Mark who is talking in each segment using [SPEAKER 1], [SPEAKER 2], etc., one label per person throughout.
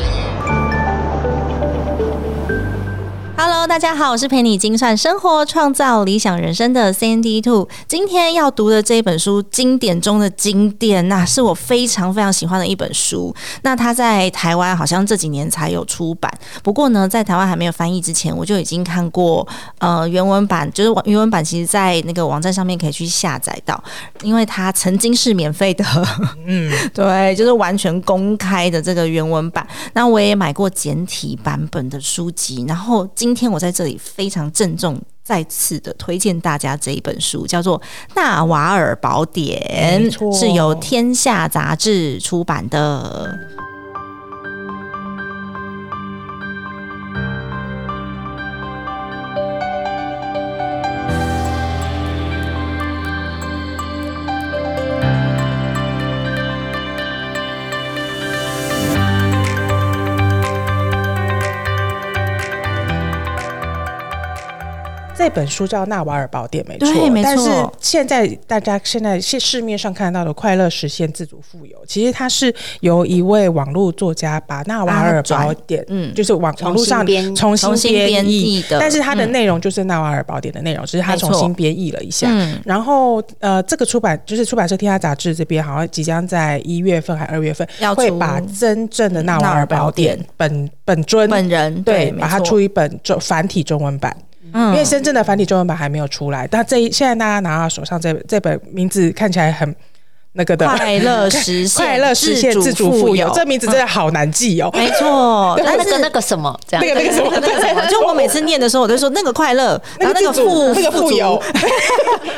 [SPEAKER 1] Hello，大家好，我是陪你精算生活、创造理想人生的 Sandy Two。今天要读的这一本书，经典中的经典那、是我非常非常喜欢的一本书。那它在台湾好像这几年才有出版，不过呢，在台湾还没有翻译之前，我就已经看过呃原文版，就是网原文版，其实在那个网站上面可以去下载到，因为它曾经是免费的，嗯， 对，就是完全公开的这个原文版。那我也买过简体版本的书籍，然后今天我在这里非常郑重。再次的推荐大家这一本书，叫做《纳瓦尔宝典
[SPEAKER 2] 没》，错
[SPEAKER 1] 是由天下杂志出版的。
[SPEAKER 2] 这本书叫《纳瓦尔宝典》，没
[SPEAKER 1] 对
[SPEAKER 2] 错，
[SPEAKER 1] 没错
[SPEAKER 2] 但是现在大家现在市市面上看到的快乐实现自主富有，其实它是由一位网络作家把《纳瓦尔宝典》
[SPEAKER 1] 嗯
[SPEAKER 2] 就是网网络上
[SPEAKER 3] 重新
[SPEAKER 2] 重
[SPEAKER 3] 编
[SPEAKER 1] 重新
[SPEAKER 2] 新
[SPEAKER 1] 编
[SPEAKER 2] 编
[SPEAKER 1] 译的
[SPEAKER 2] 但是它的内容就是《纳瓦尔宝典》的内容，只是它
[SPEAKER 1] 没错
[SPEAKER 2] 重新编译了一下。
[SPEAKER 1] 嗯，
[SPEAKER 2] 然后呃，这个出版就是出版社《天下杂志》这边好像即将在一月份还二月份
[SPEAKER 1] 要
[SPEAKER 2] 会
[SPEAKER 1] 出
[SPEAKER 2] 把真正的《纳瓦尔宝典
[SPEAKER 1] 纳瓦尔宝典》
[SPEAKER 2] 本本尊
[SPEAKER 1] 本人
[SPEAKER 2] 对
[SPEAKER 1] 没
[SPEAKER 2] 把它
[SPEAKER 1] 错
[SPEAKER 2] 出一本中繁体中文版。
[SPEAKER 1] 嗯
[SPEAKER 2] 因为深圳的繁体中文版还没有出来，但这一现在大家拿到手上这这本名字看起来很那个的
[SPEAKER 1] 快 乐实现
[SPEAKER 2] 快乐实现自主富有，这名字真的好难记哦。
[SPEAKER 1] 没 错，
[SPEAKER 3] 那
[SPEAKER 1] 但
[SPEAKER 3] 那
[SPEAKER 1] 是
[SPEAKER 3] 个那个什么这样
[SPEAKER 2] 那。个那个什么，
[SPEAKER 1] 那个什么，就我每次念的时候，我都说那个快乐，然后那个
[SPEAKER 2] 自主
[SPEAKER 1] 富
[SPEAKER 2] 那个富有，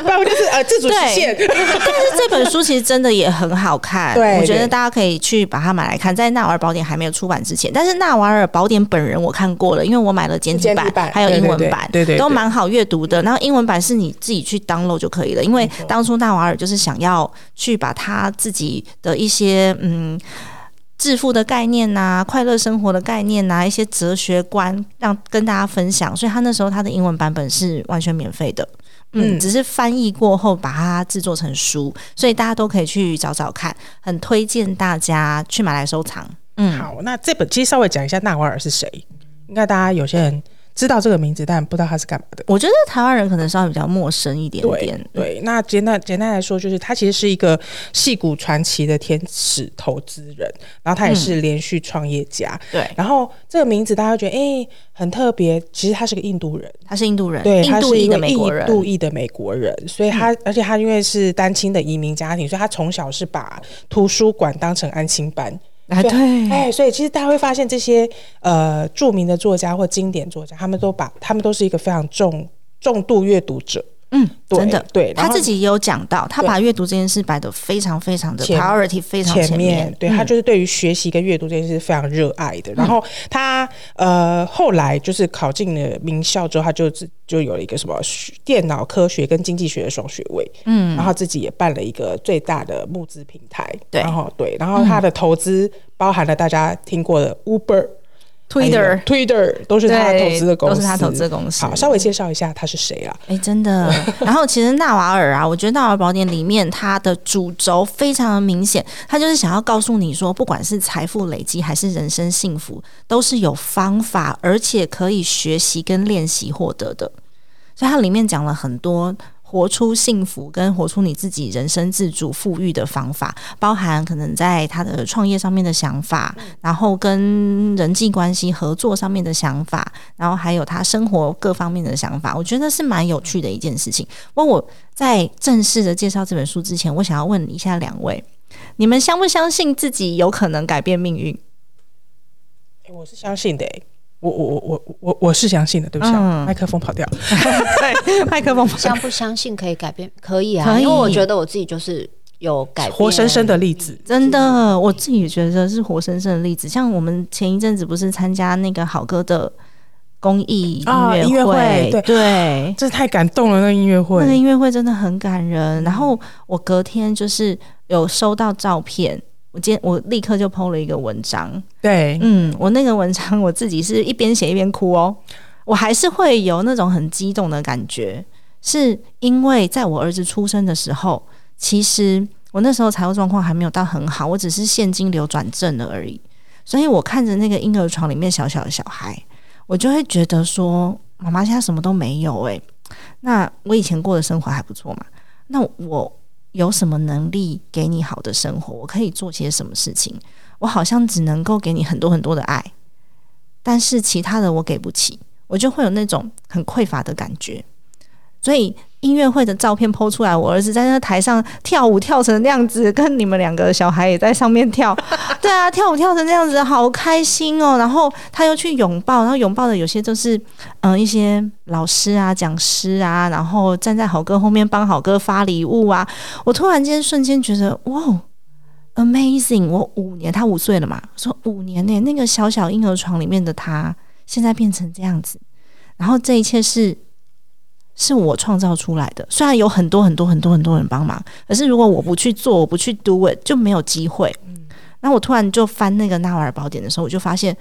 [SPEAKER 2] 不然我就是呃自主实现。
[SPEAKER 1] 对， 但是这本书其实真的也很好看，
[SPEAKER 2] 对
[SPEAKER 1] 我觉得
[SPEAKER 2] 对
[SPEAKER 1] 大家可以去把它买来看，在《纳瓦尔宝典》还没有出版之前，但是《纳瓦尔宝典》本人我看过了，因为我买了简体
[SPEAKER 2] 简
[SPEAKER 1] 版
[SPEAKER 2] 体版
[SPEAKER 1] 还有英文版，
[SPEAKER 2] 对对对对对
[SPEAKER 1] 都蛮好阅读的。然后英文版是你自己去 download 就可以了，因为当初纳瓦尔就是想要去把他自己的一些嗯。致富的概念呐、快乐生活的概念啊呐、一些哲学观，让跟大家分享。所以他那时候他的英文版本是完全免费的，嗯，
[SPEAKER 2] 嗯
[SPEAKER 1] 只是翻译过后把它制作成书，所以大家都可以去找找看，很推荐大家去买来收藏。嗯，
[SPEAKER 2] 好，那这本其实稍微讲一下纳瓦尔是谁，应该大家有些人知道这个名字，但不知道他是干嘛的。
[SPEAKER 1] 我觉得台湾人可能稍微比较陌生一点嗯点。
[SPEAKER 2] 对对，那简单简单来说，就是他其实是一个戏骨传奇的天使投资人，然后他也
[SPEAKER 1] 嗯
[SPEAKER 2] 是连续创业家。
[SPEAKER 1] 对
[SPEAKER 2] 然后这个名字大家会觉得哎、诶很特别，其实他是个印度人，
[SPEAKER 1] 他是印度人，
[SPEAKER 2] 对，
[SPEAKER 1] 嗯印
[SPEAKER 2] 他
[SPEAKER 1] 度
[SPEAKER 2] 是
[SPEAKER 1] 裔
[SPEAKER 2] 一
[SPEAKER 1] 的
[SPEAKER 2] 个
[SPEAKER 1] 美国人嗯
[SPEAKER 2] 印，度裔的美国人，所以他、而且他因为是单亲的移民家庭，所以他从小是把图书馆当成安亲班。
[SPEAKER 1] 啊，
[SPEAKER 2] 所以
[SPEAKER 1] 对，
[SPEAKER 2] 哎，所以其实大家会发现，这些呃著名的作家或经典作家，他们都把他们都是一个非常重重度阅读者。
[SPEAKER 1] 嗯，
[SPEAKER 2] 对
[SPEAKER 1] 真的，
[SPEAKER 2] 对
[SPEAKER 1] 他
[SPEAKER 2] 然后
[SPEAKER 1] 自己也有讲到，他
[SPEAKER 2] 对
[SPEAKER 1] 把阅读这件事摆得非常非常的
[SPEAKER 2] 前
[SPEAKER 1] priority，非常
[SPEAKER 2] 前
[SPEAKER 1] 面，
[SPEAKER 2] 对
[SPEAKER 1] 嗯
[SPEAKER 2] 他就是对于学习跟阅读这件事非常热爱的。然后他呃后来就是考进了名校之后，他就自就有了一个什么学电脑科学跟经济学的双学位，嗯，然后自己也办了一个最大的募资平台，
[SPEAKER 1] 对嗯
[SPEAKER 2] 然后对，然后他的投资包含了大家听过的 Uber。
[SPEAKER 1] Twitter。
[SPEAKER 2] Twitter 都是他
[SPEAKER 1] 对
[SPEAKER 2] 投资的公司，
[SPEAKER 1] 都是他投资的公司
[SPEAKER 2] 好，稍微介绍一下他是谁啦。
[SPEAKER 1] 哎，真的。然后其实纳瓦尔啊，我觉得《纳瓦尔宝典》里面它的主轴非常的明显，它就是想要告诉你说，不管是财富累积还是人生幸福，都是有方法，而且可以学习跟练习获得的。所以它里面讲了很多。活出幸福跟活出你自己人生自主富裕的方法，包含可能在他的创业上面的想法，然后跟人际关系合作上面的想法，然后还有他生活各方面的想法，我觉得是蛮有趣的一件事情。不过我在正式的介绍这本书之前，我想要问一下两位，你们相不相信自己有可能改变命运？
[SPEAKER 2] 诶我是相信的、诶我我我我我我是相信的，对不起啊，
[SPEAKER 1] 嗯
[SPEAKER 2] 麦克风跑掉。
[SPEAKER 1] 对，麦克风
[SPEAKER 3] 相不相信可以改变？可以
[SPEAKER 1] 可
[SPEAKER 3] 啊，
[SPEAKER 1] 以
[SPEAKER 3] 因为我觉得我自己就是有改变，
[SPEAKER 2] 活生生的例子。
[SPEAKER 1] 真的，我自己觉得是活生生的例子。像我们前一阵子不是参加那个好歌的公益
[SPEAKER 2] 啊
[SPEAKER 1] 音
[SPEAKER 2] 音乐
[SPEAKER 1] 会
[SPEAKER 2] 会，对
[SPEAKER 1] 对
[SPEAKER 2] 真是太感动了，那音乐
[SPEAKER 1] 那个
[SPEAKER 2] 会。嗯
[SPEAKER 1] 音乐会真的很感人。然后我隔天就是有收到照片，我今天我立刻就 PO 了一个文章，
[SPEAKER 2] 对，
[SPEAKER 1] 嗯，我那个文章我自己是一边写一边哭哦， 我还是会有那种很激动的感觉，是因为在我儿子出生的时候，其实我那时候财务状况还没有到很好，我只是现金流转正了而已，所以我看着那个婴儿床里面小小的小孩，我就会觉得说，妈妈现在什么都没有诶、那我以前过的生活还不错嘛，那我有什么能力给你好的生活？我可以做些什么事情？我好像只能够给你很多很多的爱，但是其他的我给不起，我就会有那种很匮乏的感觉。所以音乐会的照片剖出来，我儿子在那台上跳舞跳成那样子，跟你们两个小孩也在上面跳， 对啊，跳舞跳成那样子，好开心哦。然后他又去拥抱，然后拥抱的有些就是嗯、呃一些老师啊、讲师啊，然后站在好哥后面帮好哥发礼物啊。我突然间瞬间觉得，哇！Amazing！我五年，他五岁了嘛，说五年呢、那个小小婴儿床里面的他，现在变成这样子，然后这一切是是我创造出来的。虽然有很多很多很多很多人帮忙，可是如果我不去做，我不去 do it，就没有机会。那我突然就翻那个《纳瓦尔宝典》的时候，我就发现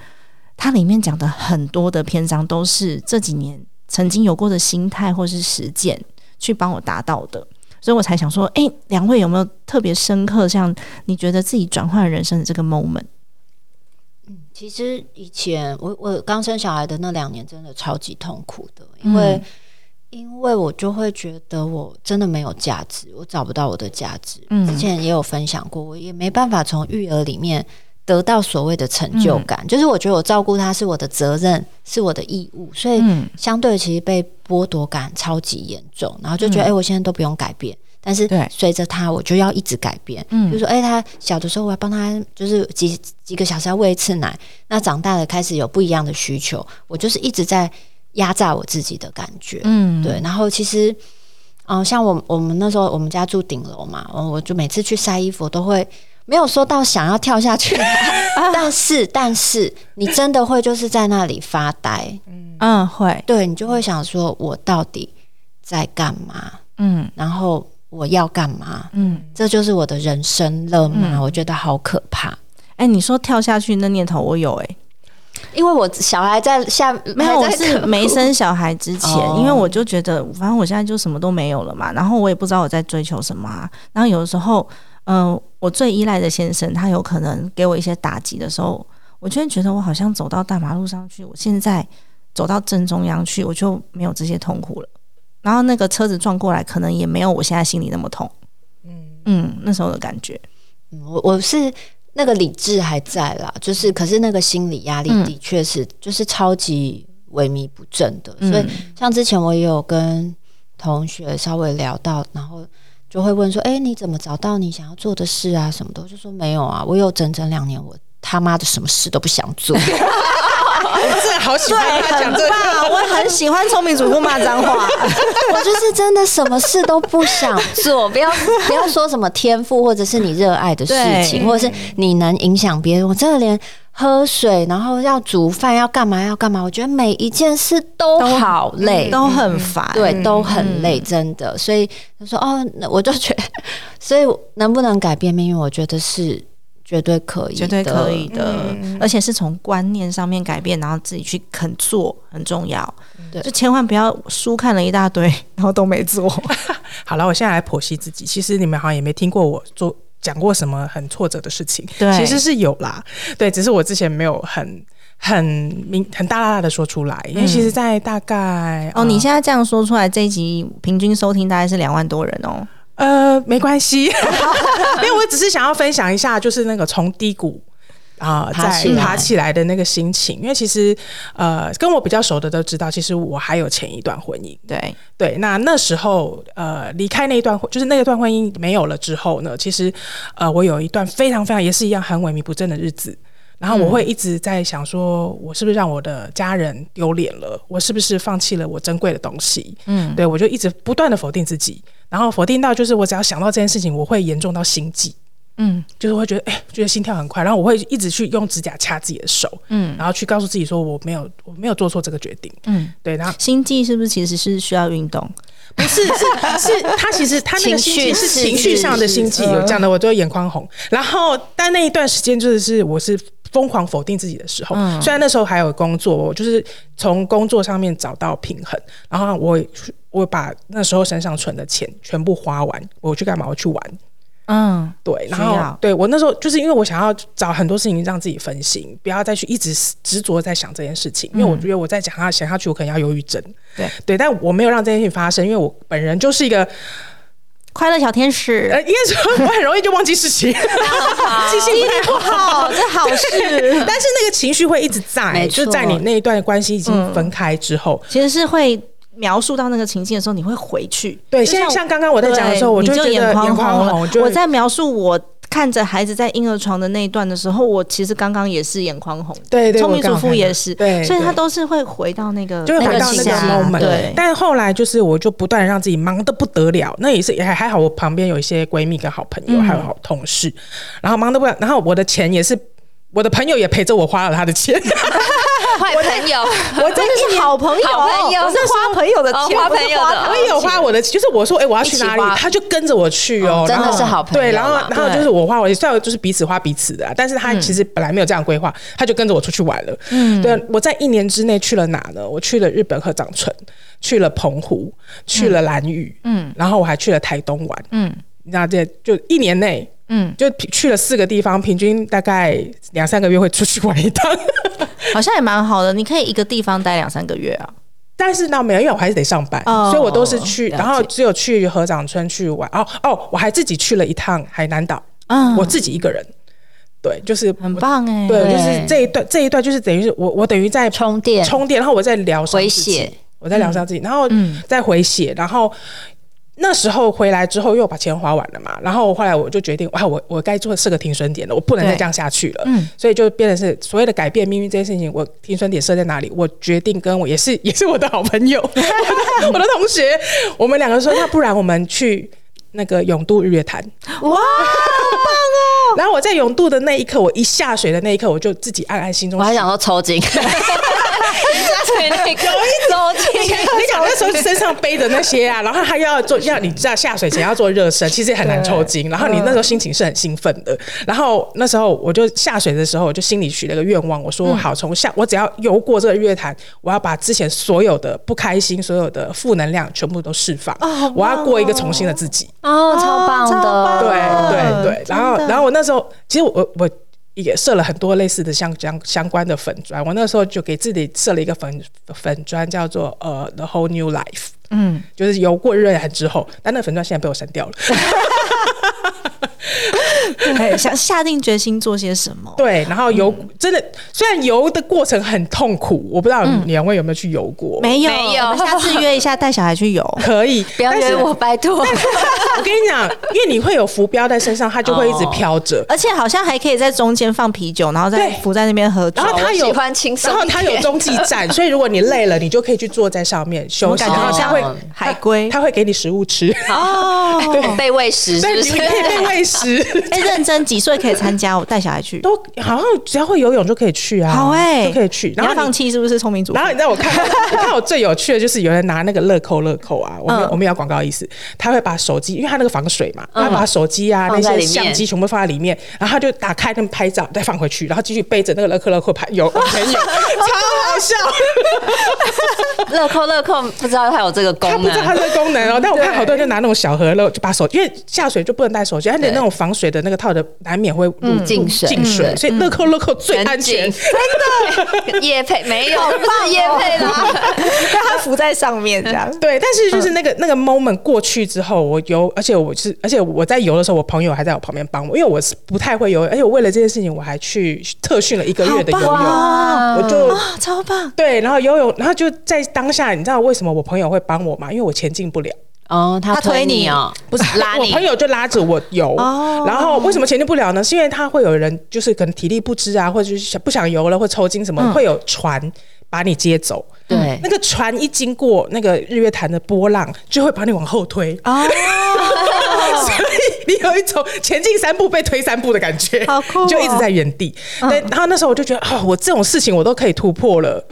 [SPEAKER 1] 它里面讲的很多的篇章都是这几年曾经有过的心态或是实践去帮我达到的，所以我才想说，诶，两位有没有特别深刻像你觉得自己转换人生的这个 moment，
[SPEAKER 3] 其实以前我我刚生小孩的那两年，真的超级痛苦的，
[SPEAKER 1] 嗯
[SPEAKER 3] 因为、因为我就会觉得我真的没有价值，我找不到我的价值。
[SPEAKER 1] 嗯
[SPEAKER 3] 之前也有分享过，我也没办法从育儿里面得到所谓的成就感，
[SPEAKER 1] 嗯
[SPEAKER 3] 就是我觉得我照顾他是我的责任，是我的义务，所以
[SPEAKER 1] 嗯
[SPEAKER 3] 相对其实被剥夺感超级严重，然后就觉
[SPEAKER 1] 嗯
[SPEAKER 3] 得哎、诶我现在都不用改变。但是
[SPEAKER 2] 对
[SPEAKER 3] 随着他，我就要一直改变。
[SPEAKER 1] 嗯
[SPEAKER 3] 比如说，哎、他小的时候我要帮他，就是几几个小时要喂一次奶。那长大了开始有不一样的需求，我就是一直在压榨我自己的感觉。
[SPEAKER 1] 嗯，
[SPEAKER 3] 对，然后其实，嗯、像我我们那时候我们家住顶楼嘛，哦我就每次去晒衣服都会没有说到想要跳下去，但是 但是你真的会就是在那里发呆，
[SPEAKER 1] 嗯会，
[SPEAKER 3] 对你就会想说我到底在干嘛，
[SPEAKER 1] 嗯
[SPEAKER 3] 然后我要干嘛，
[SPEAKER 1] 嗯，
[SPEAKER 3] 这就是我的人生了吗？我觉得好可怕。
[SPEAKER 1] 哎、你说跳下去那念头我有哎、
[SPEAKER 3] 因为我小孩在下，
[SPEAKER 1] 没有，
[SPEAKER 3] 还
[SPEAKER 1] 我
[SPEAKER 3] 在
[SPEAKER 1] 是
[SPEAKER 3] 哭
[SPEAKER 1] 没生小孩之前，
[SPEAKER 3] 哦
[SPEAKER 1] 因为我就觉得反正我现在就什么都没有了嘛，然后我也不知道我在追求什么、啊，然后有的时候，嗯、我最依赖的先生他有可能给我一些打击的时候，我就会觉得我好像走到大马路上去，我现在走到正中央去，我就没有这些痛苦了。然后那个车子撞过来，可能也没有我现在心里那么痛。嗯，那时候的感觉，
[SPEAKER 3] 嗯我我是那个理智还在啦，就是可是那个心理压力
[SPEAKER 1] 嗯
[SPEAKER 3] 的确是、就是超级萎靡不振的，所以
[SPEAKER 1] 嗯
[SPEAKER 3] 像之前我也有跟同学稍微聊到，然后就会问说，哎、你怎么找到你想要做的事啊什么的？我就说没有啊，我有整整两年我。他妈的，什么事都不想 做，
[SPEAKER 2] 哦真的好喜欢他讲这个，
[SPEAKER 1] 啊，我很喜欢聪明主妇骂脏话。
[SPEAKER 3] 我就是真的什么事都不想做。不要不要说什么天赋，或者是你热爱的事情，
[SPEAKER 1] 对
[SPEAKER 3] 或者是你能影响别人。我真的连喝水，然后要煮饭，要干嘛要干嘛，我觉得每一件事都
[SPEAKER 1] 都嗯
[SPEAKER 3] 好累。
[SPEAKER 1] 都很烦。
[SPEAKER 3] 对，都很累，真的。所以他说：“哦，那我就觉得，所以能不能改变命运，我觉得是绝对可以，
[SPEAKER 1] 绝对可以。的，而且是从观念上面改变，然后自己去肯做，很重要。
[SPEAKER 3] 对
[SPEAKER 1] 就千万不要书看了一大堆， 然后都没做。
[SPEAKER 2] 好了，我现在来剖析自己。其实你们好像也没听过我做讲过什么很挫折的事情，
[SPEAKER 1] 对
[SPEAKER 2] 其实是有啦，对，只是我之前没有很很明很大大大的说出来，因为其实，在大概、
[SPEAKER 1] 嗯
[SPEAKER 2] 呃
[SPEAKER 1] 哦，你现在这样说出来，这一集平均收听大概是两万多人哦。
[SPEAKER 2] 呃没关 系，因为我只是想要分享一下，就是那个从低谷。啊、
[SPEAKER 3] 爬
[SPEAKER 2] 在
[SPEAKER 3] 起来
[SPEAKER 2] 爬起来的那个心情，因为其实，呃，跟我比较熟的都知道，其实我还有前一段婚姻，
[SPEAKER 1] 对，
[SPEAKER 2] 对，那那时候呃离开那一段婚，就是那一段婚姻没有了之后呢，其实呃我有一段非常非常也是一样很萎靡不振的日子。然后我会一直在想说，我是不是让我的家人丢脸了？我是不是放弃了我珍贵的东西？嗯，对我就一直不断的否定自己，然后否定到就是我只要想到这件事情，我会严重到心悸。
[SPEAKER 1] 嗯
[SPEAKER 2] 就是会觉得哎、觉得心跳很快，然后我会一直去用指甲掐自己的手，
[SPEAKER 1] 嗯
[SPEAKER 2] 然后去告诉自己说我没有我没有做错这个决定，
[SPEAKER 1] 嗯，
[SPEAKER 2] 对，然后
[SPEAKER 1] 心悸是不是其实是需要运动？
[SPEAKER 2] 不是是是，他其实他那个心
[SPEAKER 3] 情
[SPEAKER 2] 悸
[SPEAKER 3] 绪
[SPEAKER 2] 是
[SPEAKER 3] 是嗯
[SPEAKER 2] 情绪上的心悸，有讲的我都眼眶红。然后，但那一段时间就是是我是疯狂否定自己的时候，
[SPEAKER 3] 嗯
[SPEAKER 2] 虽然那时候还有工作，我就是从工作上面找到平衡，然后我我把那时候身上存的钱全部花完，我去干嘛？我去玩。
[SPEAKER 1] 嗯，
[SPEAKER 2] 对，然
[SPEAKER 1] 需
[SPEAKER 2] 后
[SPEAKER 1] 要
[SPEAKER 2] 对我那时候就是因为我想要找很多事情让自己分心，不要再去一直执着在想这件事情，因为我觉得我再讲下想下去，我可能要忧郁症。
[SPEAKER 1] 嗯对
[SPEAKER 2] 对，但我没有让这件事情发生，因为我本人就是一个
[SPEAKER 1] 快乐小天使，
[SPEAKER 2] 呃，应 该说我很容易就忘记事情，记性不太好。
[SPEAKER 1] 好，这好事。
[SPEAKER 2] 但是那个情绪会一直在，
[SPEAKER 3] 没错
[SPEAKER 2] 就在你那一段关系已
[SPEAKER 1] 嗯
[SPEAKER 2] 经分开之后，
[SPEAKER 1] 其实是会描述到那个情境的时候，你会回去。
[SPEAKER 2] 对，
[SPEAKER 1] 就
[SPEAKER 2] 现在像刚刚我在讲的时候，
[SPEAKER 1] 对
[SPEAKER 2] 我
[SPEAKER 1] 你
[SPEAKER 2] 觉
[SPEAKER 1] 就
[SPEAKER 2] 得眼
[SPEAKER 1] 眶
[SPEAKER 2] 眶
[SPEAKER 1] 了
[SPEAKER 2] 红，就
[SPEAKER 1] 我在描述我看着孩子在婴儿床的那一段的时候，我其实刚刚也是眼眶红的。
[SPEAKER 2] 对对，
[SPEAKER 1] 聪明
[SPEAKER 2] 我刚
[SPEAKER 1] 主
[SPEAKER 2] 好
[SPEAKER 1] 妇
[SPEAKER 2] 看
[SPEAKER 1] 也
[SPEAKER 2] 到
[SPEAKER 1] 是，
[SPEAKER 2] 对，
[SPEAKER 1] 所以
[SPEAKER 2] 对
[SPEAKER 1] 他都是会回到那个啊
[SPEAKER 2] 就会
[SPEAKER 3] 回
[SPEAKER 2] 回
[SPEAKER 3] 到
[SPEAKER 2] 到
[SPEAKER 3] 那
[SPEAKER 2] 那
[SPEAKER 3] 个
[SPEAKER 2] 个
[SPEAKER 3] 情绪
[SPEAKER 2] moment。
[SPEAKER 1] 对，
[SPEAKER 2] 但后来就是我就不断让自己忙得不得了，那也是也还还好，我旁边有一些闺蜜跟好朋
[SPEAKER 1] 嗯
[SPEAKER 2] 友，还有好同事，然后忙得不了，然后我的钱也是。我的朋友也陪着我花了他的钱，
[SPEAKER 3] 坏朋友，
[SPEAKER 1] 我真的是哎好朋友，哦
[SPEAKER 3] 好朋友
[SPEAKER 1] 我是花朋友的
[SPEAKER 3] 哦
[SPEAKER 1] 钱，
[SPEAKER 3] 花
[SPEAKER 1] 不是
[SPEAKER 3] 朋友
[SPEAKER 1] 花
[SPEAKER 3] 的
[SPEAKER 1] 他
[SPEAKER 2] 我也有花我的钱，就是我说，哎、我要去哪
[SPEAKER 3] 一起
[SPEAKER 2] 里
[SPEAKER 3] 花，
[SPEAKER 2] 他就跟着我去哦，
[SPEAKER 3] 哦真的
[SPEAKER 2] 然后
[SPEAKER 3] 是好朋友
[SPEAKER 2] 对，然后
[SPEAKER 3] 啦
[SPEAKER 2] 然后
[SPEAKER 3] 对嗯
[SPEAKER 2] 就是我花我的，虽然就是彼此花彼此的啊，但是他其实本来没有这样规划，他就跟着我出去玩了。嗯，对，我在一年之内去了哪呢？我去了日本和长春，去了澎湖，去了兰屿，
[SPEAKER 1] 嗯
[SPEAKER 2] 然后我还去了台东玩。
[SPEAKER 1] 嗯
[SPEAKER 2] 那这就一年内
[SPEAKER 1] 嗯，
[SPEAKER 2] 就去了四个地方，平均大概两三个月会出去玩一趟。
[SPEAKER 1] 好像也蛮好的，你可以一个地方待两三个月啊。
[SPEAKER 2] 但是呢，没有，因为我还是得上班，
[SPEAKER 1] 哦
[SPEAKER 2] 所以我都是去，
[SPEAKER 1] 了解
[SPEAKER 2] 然后只有去合掌村去玩。哦哦，我还自己去了一趟海南岛，
[SPEAKER 1] 嗯，
[SPEAKER 2] 我自己一个人。对，就是
[SPEAKER 1] 很棒哎、
[SPEAKER 2] 对，
[SPEAKER 3] 对
[SPEAKER 2] 就是这一段，这一段就是等于是我，我等于在
[SPEAKER 3] 充电
[SPEAKER 2] 充电，然后我在疗伤
[SPEAKER 3] 回
[SPEAKER 2] 自己
[SPEAKER 3] 血，嗯
[SPEAKER 2] 我在疗伤自己，然后再回血，然后。那时候回来之后又把钱花完了嘛，然后后来我就决定，哇，我我该做设个停损点了，我不能再
[SPEAKER 1] 对
[SPEAKER 2] 这样下去了，所以就变成是所谓的改变命运这件事情，我停损点设在哪里？我决定跟我也 是也是我的好朋友， 我的我的同学，我们两个说，那不然我们去那个永渡日月潭，
[SPEAKER 1] 哇，
[SPEAKER 3] 哦
[SPEAKER 2] 然后我在永渡的那一刻，我一下水的那一刻，我就自己暗暗心中
[SPEAKER 3] 我还想说抽筋，对那个抽筋，
[SPEAKER 2] 你讲那时候身上背着那些 啊，然后他又要做，要你知道下水前要做热身，其实也很难抽
[SPEAKER 1] 嗯
[SPEAKER 2] 筋。然后你那时候心情是很兴奋的。然后那时候我就下水的时候，我就心里许了个愿望，我说好，从下我只要游过这个月潭，我要把之前所有的不开心、所有的负能量全部都释放，
[SPEAKER 1] 好棒
[SPEAKER 2] 我要过一个重新的自己。
[SPEAKER 3] 哦，超棒
[SPEAKER 1] 超棒
[SPEAKER 3] 的，
[SPEAKER 2] 对
[SPEAKER 1] 哦
[SPEAKER 2] 对对，
[SPEAKER 1] 真的
[SPEAKER 2] 然后然后我那时候其实我我也设了很多类似的相相相关的粉砖，我那时候就给自己设了一个粉粉砖，叫做呃 The Whole New Life，
[SPEAKER 1] 嗯，
[SPEAKER 2] 就是游过日月潭之后，但那个粉砖现在被我删 掉了。
[SPEAKER 1] 对，想 下定决心做些什么。
[SPEAKER 2] 对，然后游、
[SPEAKER 1] 嗯
[SPEAKER 2] 真的虽然游的过程很痛苦，我不知道两位有没有去游过，
[SPEAKER 1] 没有，
[SPEAKER 3] 没有
[SPEAKER 1] 我们下次约一下带小孩去游。
[SPEAKER 2] 可以，
[SPEAKER 3] 不要
[SPEAKER 2] 但
[SPEAKER 3] 约
[SPEAKER 2] 是
[SPEAKER 3] 我，拜托，
[SPEAKER 2] 我跟 你讲，因为你会有浮标在身上，它就会一
[SPEAKER 1] 哦
[SPEAKER 2] 直飘着。
[SPEAKER 1] 而且好像还可以在中间放啤酒，然后再
[SPEAKER 2] 对
[SPEAKER 1] 浮在那边喝酒
[SPEAKER 2] 然。后它有
[SPEAKER 3] 我喜欢轻松一
[SPEAKER 2] 然后
[SPEAKER 3] 点
[SPEAKER 2] 它有中继 站，所以如果你累了，你就可以去坐在上面休
[SPEAKER 1] 我
[SPEAKER 2] 息。
[SPEAKER 1] 感
[SPEAKER 2] 然
[SPEAKER 1] 觉好
[SPEAKER 2] 后它会
[SPEAKER 1] 像海龟
[SPEAKER 2] 它会给你食物 吃，
[SPEAKER 1] 哦。
[SPEAKER 2] 对，
[SPEAKER 3] 被喂食
[SPEAKER 2] 但
[SPEAKER 3] 是
[SPEAKER 2] 你
[SPEAKER 3] 不
[SPEAKER 2] 你
[SPEAKER 3] 是
[SPEAKER 2] 可？以被 喂食，
[SPEAKER 1] 哎，认真几岁可以参加？我带小孩去。
[SPEAKER 2] 都好像只要会游泳就可以去啊，
[SPEAKER 1] 好哎，
[SPEAKER 2] 就可以去。
[SPEAKER 1] 你
[SPEAKER 2] 然
[SPEAKER 1] 要
[SPEAKER 2] 后
[SPEAKER 1] 放
[SPEAKER 2] 你。
[SPEAKER 1] 弃是不是聪明主妇？
[SPEAKER 2] 然后你知道我看到， 我看我最有趣的就是有人拿那个乐扣乐扣啊，我们、
[SPEAKER 1] 嗯
[SPEAKER 2] 我们有广告意思，他会把手机，因为他那个防水嘛，
[SPEAKER 3] 嗯
[SPEAKER 2] 他把手机啊、
[SPEAKER 3] 放
[SPEAKER 2] 那
[SPEAKER 3] 在
[SPEAKER 2] 些
[SPEAKER 3] 里面
[SPEAKER 2] 相机全部放在里面，然后他就打开他们拍照，再放回去，然后继续背着那个乐扣乐扣拍游往前游， 超好笑。
[SPEAKER 3] 乐扣乐扣不知道它有这个功
[SPEAKER 2] 他不知道它
[SPEAKER 3] 能，
[SPEAKER 2] 这个功能哦，但我看好多人就拿那种小盒了，就把手，因为下水就不能带手机，而且那种防水的那个套的难免会入
[SPEAKER 3] 进水
[SPEAKER 2] 进水，
[SPEAKER 3] 嗯
[SPEAKER 2] 所以乐扣乐扣最安 全。
[SPEAKER 3] 真的夜配没有，不是夜配啦，
[SPEAKER 1] 让哦他浮在上面这样。
[SPEAKER 2] 对，但是就是那个那个 moment 过去之后，我游，而且我是，而且我在游的时候，我朋友还在我旁边帮我，因为我是不太会游，而且我为了这件事情，我还去特训了一个月的游
[SPEAKER 1] 好棒
[SPEAKER 2] 泳，
[SPEAKER 1] 哦
[SPEAKER 2] 我就
[SPEAKER 1] 啊，超棒！
[SPEAKER 2] 对，然后游泳，然后就在当下，你知道为什么我朋友会帮我吗？因为我前进不了。
[SPEAKER 3] 哦，他
[SPEAKER 1] 他推
[SPEAKER 3] 推
[SPEAKER 1] 你
[SPEAKER 3] 你哦，
[SPEAKER 2] 不是
[SPEAKER 3] 拉
[SPEAKER 2] 我
[SPEAKER 3] 你
[SPEAKER 2] 朋友就拉着我游，
[SPEAKER 1] 哦
[SPEAKER 2] 然后为什么前进不了呢？是因为他会有人就是可能体力不支啊，或者就是想不想游了，或抽筋什么，会有船把你接走。
[SPEAKER 3] 对
[SPEAKER 2] 那，个船一经过那个日月潭的波浪，就会把你往后推，
[SPEAKER 1] 哦，
[SPEAKER 2] 所以你有一种前进三步被推三步的感觉，
[SPEAKER 1] 好酷哦
[SPEAKER 2] 就一直在原地。对，然后那时候我就觉得，哦，我这种事情我都可以突破了。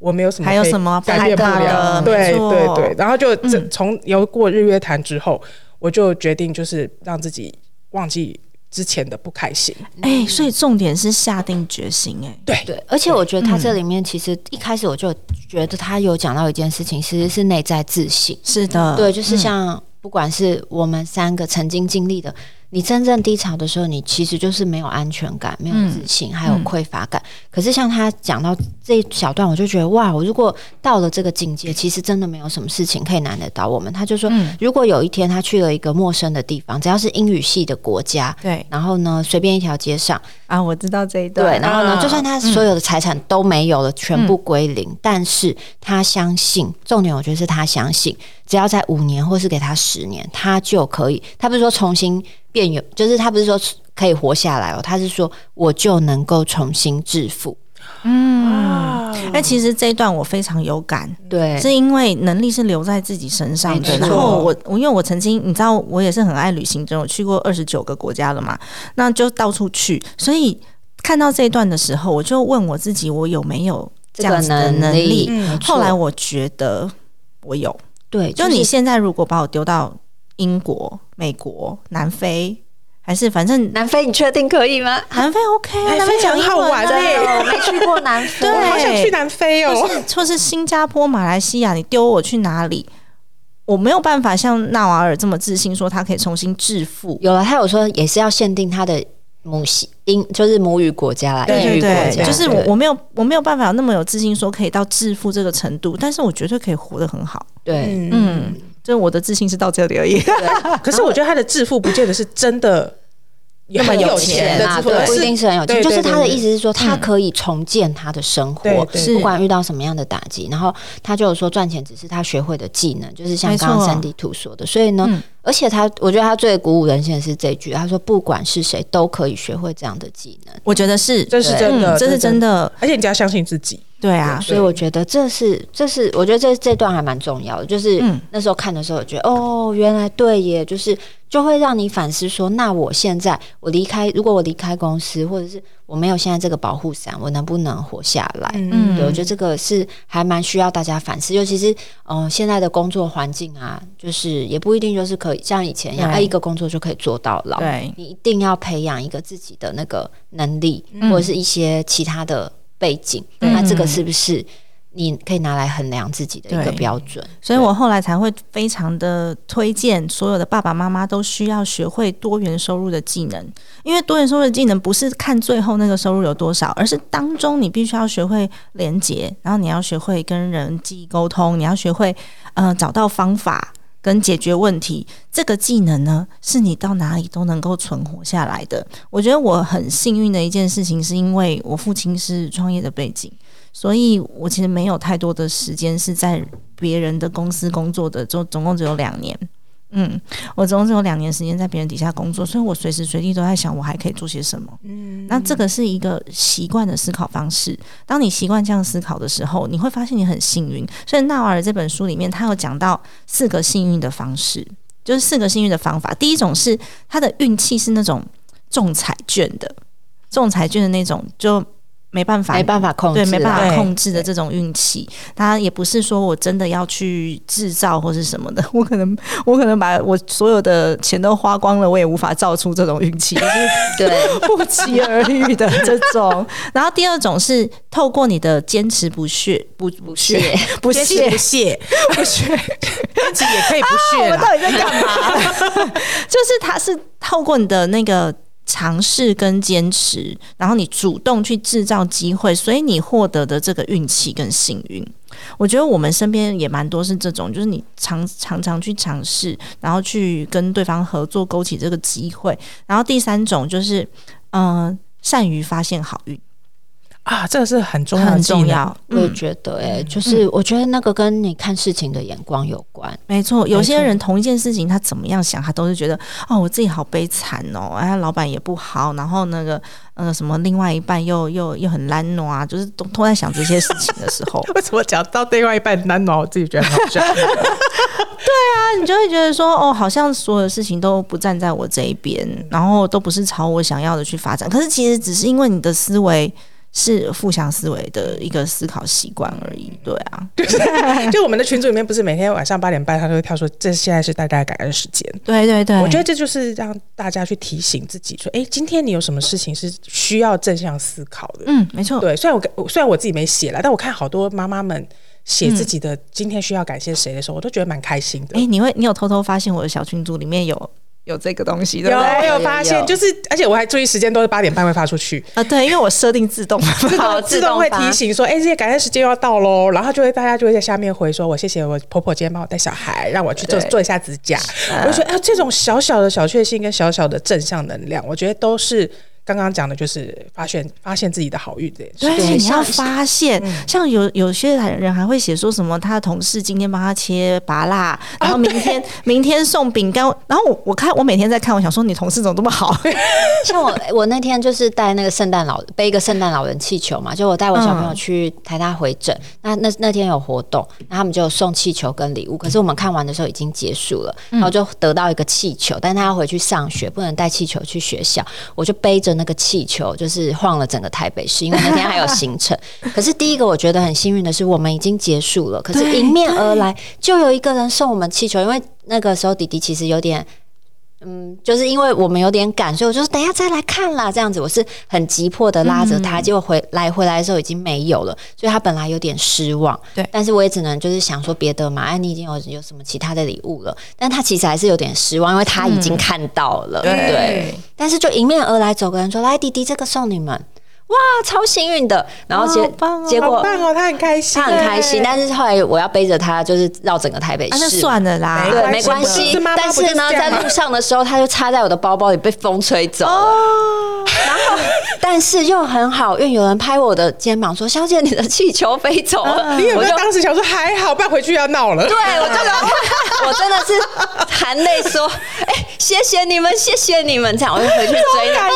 [SPEAKER 2] 我没有什么
[SPEAKER 1] 还有
[SPEAKER 2] 可以
[SPEAKER 1] 什么
[SPEAKER 2] 改变不
[SPEAKER 3] 不大
[SPEAKER 2] 了
[SPEAKER 3] 了，
[SPEAKER 2] 对
[SPEAKER 1] 没错
[SPEAKER 2] 对对。然后就这
[SPEAKER 1] 嗯
[SPEAKER 2] 从有过日月潭之后，我就决定就是让自己忘记之前的不开心。
[SPEAKER 1] 哎、所以重点是下定决心、哎，
[SPEAKER 2] 对
[SPEAKER 3] 对，而且我觉得他这里面其实一开始我就觉得他有讲到一件事情，其实是内在自信。
[SPEAKER 1] 是的，
[SPEAKER 3] 对，就是像不管是我们三个曾经经历的，你真正低潮的时候，你其实就是没有安全感、没有自信，还有匮乏感。可是像他讲到这一小段，我就觉得哇，我如果到了这个境界，其实真的没有什么事情可以难得到我们。他就说，如果有一天他去了一个陌生的地方，只要是英语系的国家。
[SPEAKER 1] 对
[SPEAKER 3] 然后呢，随便一条街上，
[SPEAKER 1] 啊，我知道这一
[SPEAKER 3] 对，
[SPEAKER 1] 段，
[SPEAKER 3] 然后呢，
[SPEAKER 2] 嗯
[SPEAKER 3] 就算他所有的财产都没有了，全部归
[SPEAKER 1] 嗯
[SPEAKER 3] 零，但是他相信，重点我觉得是他相信，只要在五年或是给他十年，他就可以。他不是说重新变有，就是他不是说可以活下来哦，他是说我就能够重新致富。
[SPEAKER 1] 嗯，哎、其实这一段我非常有感，
[SPEAKER 3] 对，
[SPEAKER 1] 是因为能力是留在自己身上的。
[SPEAKER 3] 哎没错
[SPEAKER 1] 然后我，我因为我曾经，你知道，我也是很爱旅行的人，我去过二十九个国家了嘛，那就到处去，所以看到这一段的时候，我就问我自己，我有没有这
[SPEAKER 3] 这个
[SPEAKER 1] 样子的能
[SPEAKER 3] 能
[SPEAKER 1] 力？
[SPEAKER 3] 力。
[SPEAKER 2] 嗯
[SPEAKER 3] 没错
[SPEAKER 1] 后来我觉得我有，
[SPEAKER 3] 对，
[SPEAKER 1] 就是你现在如果把我丢到英国、美国、南非，还是反正
[SPEAKER 3] 南非，你确定可以吗？
[SPEAKER 1] 南非 OK 啊，
[SPEAKER 2] 南
[SPEAKER 1] 南
[SPEAKER 2] 哎非
[SPEAKER 1] 非讲
[SPEAKER 2] 很
[SPEAKER 1] 英
[SPEAKER 2] 好
[SPEAKER 1] 文
[SPEAKER 2] 玩
[SPEAKER 1] 啊
[SPEAKER 2] 真的
[SPEAKER 3] 我没去过南非，
[SPEAKER 1] 对
[SPEAKER 2] 我好想去南非哦。
[SPEAKER 1] 或是或是新加坡、马来西亚，你丢我去哪里？我没有办法像纳瓦尔这么自信，说他可以重新致富。
[SPEAKER 3] 有了，他有说也是要限定他的母系英，就是母语国家啦，
[SPEAKER 2] 对
[SPEAKER 3] 英语国
[SPEAKER 2] 对
[SPEAKER 3] 家，
[SPEAKER 1] 就是
[SPEAKER 3] 对
[SPEAKER 1] 我我没有我没有办法那么有自信，说可以到致富这个程度，但是我绝对可以活得很好。
[SPEAKER 3] 对，
[SPEAKER 2] 嗯，
[SPEAKER 1] 嗯，就是我的自信是到这里而已。
[SPEAKER 2] 可是我觉得他的致富不见得是真的
[SPEAKER 3] 那么
[SPEAKER 2] 很有
[SPEAKER 3] 钱
[SPEAKER 2] 的
[SPEAKER 3] 啊，
[SPEAKER 2] 致富，
[SPEAKER 3] 对，
[SPEAKER 2] 而
[SPEAKER 3] 不一
[SPEAKER 2] 是
[SPEAKER 3] 定是很有
[SPEAKER 2] 对
[SPEAKER 3] 钱。就
[SPEAKER 2] 对
[SPEAKER 3] 是他
[SPEAKER 2] 对
[SPEAKER 3] 的
[SPEAKER 2] 对
[SPEAKER 3] 意思是说，他可以重建他的生
[SPEAKER 2] 对
[SPEAKER 3] 活，
[SPEAKER 2] 对
[SPEAKER 1] 是
[SPEAKER 3] 不管遇到什么样的打击。然后他就有说，赚钱只是他学会的技能，就是像
[SPEAKER 1] 没错
[SPEAKER 3] 刚刚三 D 图说的。所以呢，
[SPEAKER 1] 嗯
[SPEAKER 3] 而且他，我觉得他最鼓舞人心的是这一句，他说，不管是谁都可以学会这样的技能。
[SPEAKER 1] 我觉得是，
[SPEAKER 2] 这是真的，
[SPEAKER 1] 嗯，这是真
[SPEAKER 2] 的。
[SPEAKER 1] 的，
[SPEAKER 2] 而且你只要相信自己，
[SPEAKER 1] 对啊，
[SPEAKER 3] 所以我觉得这是，这是我觉得这这段还蛮重要的，就是
[SPEAKER 1] 嗯
[SPEAKER 3] 那时候看的时候，我觉得哦，原来对耶，就是就会让你反思说，那我现在我离开，如果我离开公司，或者是我没有现在这个保护伞，我能不能活下来？
[SPEAKER 2] 嗯，
[SPEAKER 3] 对，我觉得这个是还蛮需要大家反思，尤其是嗯、呃现在的工作环境啊，就是也不一定就是可以像以前一样，
[SPEAKER 1] 对
[SPEAKER 3] 哎，一个工作就可以做到老。
[SPEAKER 1] 对
[SPEAKER 3] 你一定要培养一个自己的那个能力，
[SPEAKER 1] 嗯
[SPEAKER 3] 或者是一些其他的背景。那这个是不是你可以拿来衡量自己的一个
[SPEAKER 1] 对
[SPEAKER 3] 标准？
[SPEAKER 1] 所以我后来才会非常的推荐所有的爸爸妈妈都需要学会多元收入的技能，因为多元收入的技能不是看最后那个收入有多少，而是当中你必须要学会连接，然后你要学会跟人际沟通，你要学会呃找到方法跟解决问题。这个技能呢，是你到哪里都能够存活下来的。我觉得我很幸运的一件事情，是因为我父亲是创业的背景。所以我其实没有太多的时间是在别人的公司工作的，就总共只有两年。嗯，我总共只有两年时间在别人底下工作，所以我随时随地都在想我还可以做些什么。嗯，那这个是一个习惯的思考方式。当你习惯这样思考的时候，你会发现你很幸运。所以纳瓦尔这本书里面，他有讲到四个幸运的方式，就是四个幸运的方法。第一种是他的运气是那种中彩券的，中彩券的那种就没办法，
[SPEAKER 3] 没办法控制啊
[SPEAKER 1] 对，
[SPEAKER 3] 啦，
[SPEAKER 1] 没办
[SPEAKER 2] 对
[SPEAKER 1] 法控制的这种运气，它也不是说我真的要去制造或是什么的， 我可能我可能把我所有的钱都花光了，我也无法造出这种运气， 就是
[SPEAKER 3] 对。
[SPEAKER 1] 不期而遇的这种。然后第二种是透过你的坚持不懈，不不懈
[SPEAKER 3] 是，
[SPEAKER 1] 不
[SPEAKER 2] 坚持
[SPEAKER 1] 懈
[SPEAKER 2] 不，懈， 不懈，坚持也可以不懈
[SPEAKER 1] 我们
[SPEAKER 2] 啦。
[SPEAKER 1] 到底在干嘛？啊 就是它是透过你的那个尝试跟坚持，然后你主动去制造机会，所以你获得的这个运气跟幸运。我觉得我们身边也蛮多是这种，就是你常常常去尝试，然后去跟对方合作，勾起这个机会。然后第三种就是，嗯、善于发现好运，
[SPEAKER 2] 啊，这个是很重要的
[SPEAKER 1] 很
[SPEAKER 2] 技
[SPEAKER 1] 重
[SPEAKER 2] 能。
[SPEAKER 1] 要。
[SPEAKER 3] 我也
[SPEAKER 1] 嗯，
[SPEAKER 3] 觉得、欸，哎、就是我觉得那个跟你看事情的眼光有关。
[SPEAKER 1] 没错。有些人同一件事情，他怎么样想，他都是觉得哦，我自己好悲惨哦，哎，老板也不好，然后那个呃什么，另外一半又又又很懒惰啊，就是都都在想这些事情的时 候，
[SPEAKER 2] 为什么讲到另外一半难暖，我自己觉得很好 笑？
[SPEAKER 1] 那你就会觉得说，哦，好像所有的事情都不站在我这一边，然后都不是朝我想要的去发展。可是其实只是因为你的思维是负向思维的一个思考习惯而已。对啊，
[SPEAKER 2] 就我们的群组里面，不是每天晚上八点半，他都会跳说这现在是大家的感恩时间。
[SPEAKER 1] 对对对，
[SPEAKER 2] 我觉得这就是让大家去提醒自己说，哎，今天你有什么事情是需要正向思考的？
[SPEAKER 1] 嗯，没错，
[SPEAKER 2] 对，虽然我跟虽然我自己没写了，但我看好多妈妈们写自己的今天需要感谢谁的时候，我都觉得蛮开心的。
[SPEAKER 1] 哎、你会你有偷偷发现我的小群组里面有有这个东西，对不
[SPEAKER 2] 有
[SPEAKER 1] 对？
[SPEAKER 2] 我有发现，
[SPEAKER 3] 有
[SPEAKER 2] 就是而且我还注意时间都是八点半会发出去，
[SPEAKER 1] 啊，对，因为我设定自动，
[SPEAKER 3] 好
[SPEAKER 2] 自动会
[SPEAKER 3] 发
[SPEAKER 2] 提醒说，哎、这些感恩时间又要到喽，然后就会大家就会在下面回说，我谢谢我婆婆今天帮我带小孩，让我去做
[SPEAKER 1] 对
[SPEAKER 2] 做一下指甲。
[SPEAKER 3] 啊
[SPEAKER 2] 我就觉得，哎、这种小小的小确幸跟小小的正向能量，我觉得都是刚刚讲的，就是发现发现自己的好运这件事。
[SPEAKER 1] 对，你要
[SPEAKER 3] 像嗯
[SPEAKER 1] 发现，像有有些人还会写说什么，他的同事今天帮他切拔蜡，然后明
[SPEAKER 3] 啊
[SPEAKER 1] 天、明天送饼干，然后我我看我每天在看，我想说你同事怎么这么好？啊
[SPEAKER 3] 像我，我那天就是带那个圣诞老背一个圣诞老人气球嘛，就我带我小朋友去台大回诊，那那那天有活动，那他们就送气球跟礼物，可是我们看完的时候已经结束了，然后就得到一个气球，但他要回去上学，不能带气球去学校，我就背着那个气球，就是晃了整个台北市，因为那天还有行程。 可是第一个我觉得很幸运的是，我们已经结束了，可是迎面而来就有一个人送我们气球，因为那个时候弟弟其实有点。嗯，就是因为我们有点赶，所以我就说等一下再来看啦，这样子我是很急迫的拉着他，结果回来回来的时候已经没有了，所以他本来有点失望。
[SPEAKER 1] 对
[SPEAKER 3] 但是我也只能就是想说别的嘛，哎，你已经有有什么其他的礼物了，但他其实还是有点失望，因为他已经看到了，对。但是就迎面而来走个人说，来弟弟，这个送你们，哇，超幸运的。然后结、
[SPEAKER 1] 好棒哦
[SPEAKER 3] 结
[SPEAKER 2] 好
[SPEAKER 3] 果
[SPEAKER 2] 棒哦，他很开心，
[SPEAKER 3] 他很开心，但是后来我要背着他就是绕整个台北市，
[SPEAKER 1] 啊，那算了啦，
[SPEAKER 2] 没
[SPEAKER 3] 对，没关
[SPEAKER 2] 关系
[SPEAKER 3] 系
[SPEAKER 2] 是妈。妈
[SPEAKER 3] 但
[SPEAKER 2] 不就是
[SPEAKER 3] 是呢，
[SPEAKER 2] 这样
[SPEAKER 3] 在
[SPEAKER 2] 吗
[SPEAKER 3] 路上的时候，它就插在我的包包里，被风吹走了。
[SPEAKER 1] 哦
[SPEAKER 3] 然后，但是又很好运，有人拍我的肩膀说：“小姐，你的气球飞走了。
[SPEAKER 1] 嗯
[SPEAKER 2] 你有
[SPEAKER 3] 我
[SPEAKER 2] 没
[SPEAKER 3] 就
[SPEAKER 2] 有当时想说还好，不然回去要闹了？
[SPEAKER 3] 对我真的， 我真的是含泪说：“哎、谢谢你们，谢谢你们！”这样我就回去追那
[SPEAKER 2] 好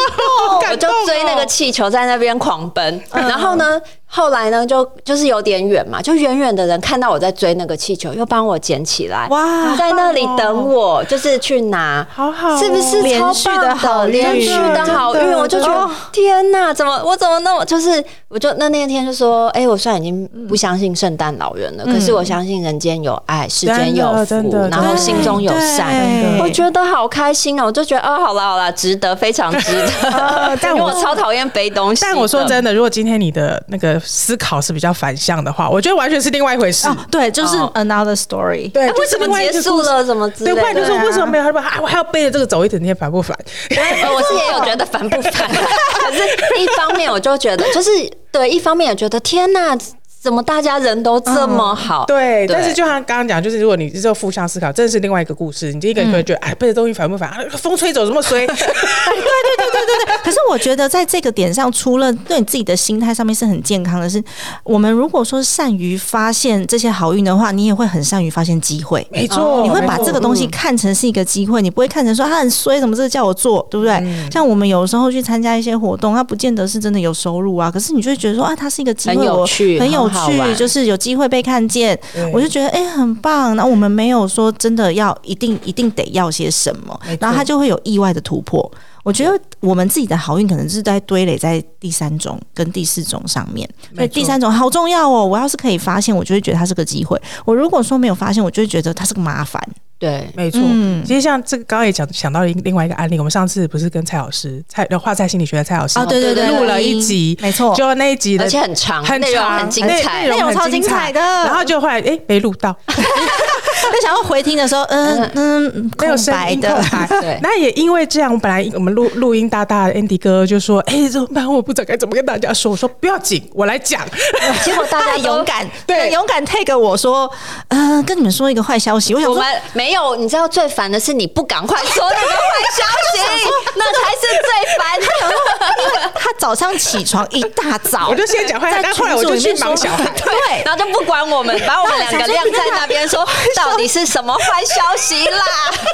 [SPEAKER 3] 我
[SPEAKER 2] 感
[SPEAKER 3] 就
[SPEAKER 2] 动哦嗯
[SPEAKER 3] 追那个气球在那边狂奔。然后呢，后来呢，就就是有点远嘛，就远远的人看到我在追那个气球，又帮我捡起来，
[SPEAKER 1] 哇
[SPEAKER 3] 哇，在那里等我，就是去拿，
[SPEAKER 2] 好好哦
[SPEAKER 3] 是不是
[SPEAKER 1] 连
[SPEAKER 3] 超
[SPEAKER 1] 续
[SPEAKER 3] 棒
[SPEAKER 1] 的哦好运
[SPEAKER 3] 连续的好
[SPEAKER 2] 真
[SPEAKER 3] 运，
[SPEAKER 2] 的哦
[SPEAKER 3] 我就觉
[SPEAKER 2] 真
[SPEAKER 3] 得天哪，怎么我怎么那么就是，我就那那天就说，哎，我虽然已经不相信圣诞老人了，可是我相信人间有爱，世间有
[SPEAKER 2] 嗯真的真
[SPEAKER 3] 福
[SPEAKER 2] 的，
[SPEAKER 3] 然后心中有善。
[SPEAKER 1] 对
[SPEAKER 3] 我觉得好开心哦！我就觉得，哦，好啦好啦，值得，非常值 得。
[SPEAKER 2] 呃但
[SPEAKER 3] 因为我
[SPEAKER 2] 我
[SPEAKER 3] 超讨厌背东西。
[SPEAKER 2] 但我说，真的，如果今天你的那个思考是比较反向的话，我觉得完全是另外一回事。
[SPEAKER 1] 哦，对，就是 another story，
[SPEAKER 2] 对
[SPEAKER 3] 哎，，为什么结束？了？什么之类
[SPEAKER 2] 对，
[SPEAKER 3] 的？
[SPEAKER 2] 不然就是
[SPEAKER 3] 对啊
[SPEAKER 2] 为什么没有？他说啊，我还要背着这个走一整天，烦不烦？哎
[SPEAKER 3] 呃我是也有觉得烦不烦， 可是一方面我就觉得，就是对，一方面也觉得天呐，怎么大家人都这么好？
[SPEAKER 2] 对，
[SPEAKER 3] 对
[SPEAKER 2] 但是就像刚刚讲，就是如果你是这负向思考，真的是另外一个故事。你第一个你会觉得，哎，背着东西烦不烦？啊，风吹走这 么衰，
[SPEAKER 1] 对对对对对。 可是我觉得在这个点上，除了对你自己的心态上面是很健康的是，我们如果说善于发现这些好运的话，你也会很善于发现机会。
[SPEAKER 2] 没错，
[SPEAKER 1] 你会
[SPEAKER 2] 没
[SPEAKER 1] 把
[SPEAKER 2] 错
[SPEAKER 1] 这个
[SPEAKER 3] 嗯
[SPEAKER 1] 东西看成是一个机会，你不会看成说他很衰，怎么这个叫我做，对不对？
[SPEAKER 3] 嗯
[SPEAKER 1] 像我们有时候去参加一些活动，他不见得是真的有收入啊，可是你就会觉得说啊，它是一个机会，
[SPEAKER 3] 很有
[SPEAKER 1] 我
[SPEAKER 3] 趣
[SPEAKER 1] 很有
[SPEAKER 3] 很好
[SPEAKER 1] 趣，
[SPEAKER 3] 玩
[SPEAKER 1] 就是有机会被看见，我就觉得哎、很棒。那我们没有说真的要一定一定得要些什么，然后他就会有意外的突破。我觉得我们自己的好运可能是在堆垒在第三种跟第四种上面，所以第三种好重要哦。我要是可以发现，我就会觉得它是个机会；我如果说没有发现，我就会觉得它是个麻烦。
[SPEAKER 3] 对，
[SPEAKER 2] 没错，
[SPEAKER 1] 嗯
[SPEAKER 2] 其实像这个刚刚也讲想到另另外一个案例，我们上次不是跟蔡老师蔡画菜心理学的蔡老师
[SPEAKER 1] 啊，对对对，
[SPEAKER 2] 录了一集，
[SPEAKER 1] 没错，
[SPEAKER 2] 就那一集的
[SPEAKER 3] 而且很长，
[SPEAKER 2] 很
[SPEAKER 3] 内容
[SPEAKER 2] 长
[SPEAKER 3] 很精
[SPEAKER 2] 内
[SPEAKER 3] 彩。
[SPEAKER 2] 内
[SPEAKER 1] 内容
[SPEAKER 2] 容
[SPEAKER 1] 超
[SPEAKER 2] 很精
[SPEAKER 1] 精彩的
[SPEAKER 2] 然后就后来哎没录到，
[SPEAKER 1] 就想要回听的时候，嗯嗯，
[SPEAKER 2] 没有
[SPEAKER 1] 空
[SPEAKER 2] 声
[SPEAKER 1] 白
[SPEAKER 2] 音
[SPEAKER 1] 的
[SPEAKER 2] 空， 白
[SPEAKER 3] 对
[SPEAKER 2] 那也因为这样，本来我们录录音大大 Andy 哥就说：“哎、怎么办？我不知道该怎么跟大家说。”我说：“不要紧，我来讲。
[SPEAKER 3] 结果大
[SPEAKER 1] 他
[SPEAKER 3] 家
[SPEAKER 1] 很 勇。敢，
[SPEAKER 2] 对
[SPEAKER 1] 很勇敢 take 我说，嗯，跟你们说一个坏消息，我想
[SPEAKER 3] 我
[SPEAKER 1] 说
[SPEAKER 3] 们。没有，你知道最烦的是你不赶快说那个 坏消息，那才是最烦的。
[SPEAKER 1] 他早上起床一大早，
[SPEAKER 2] 我就先讲坏话
[SPEAKER 1] 在
[SPEAKER 2] 但后来我
[SPEAKER 1] 群组
[SPEAKER 2] 就
[SPEAKER 1] 里面
[SPEAKER 2] 去
[SPEAKER 1] 说
[SPEAKER 2] 忙 小孩
[SPEAKER 1] 对，
[SPEAKER 3] 然后就不管我们，把我们两个晾在那边说，到底是什么坏消息啦？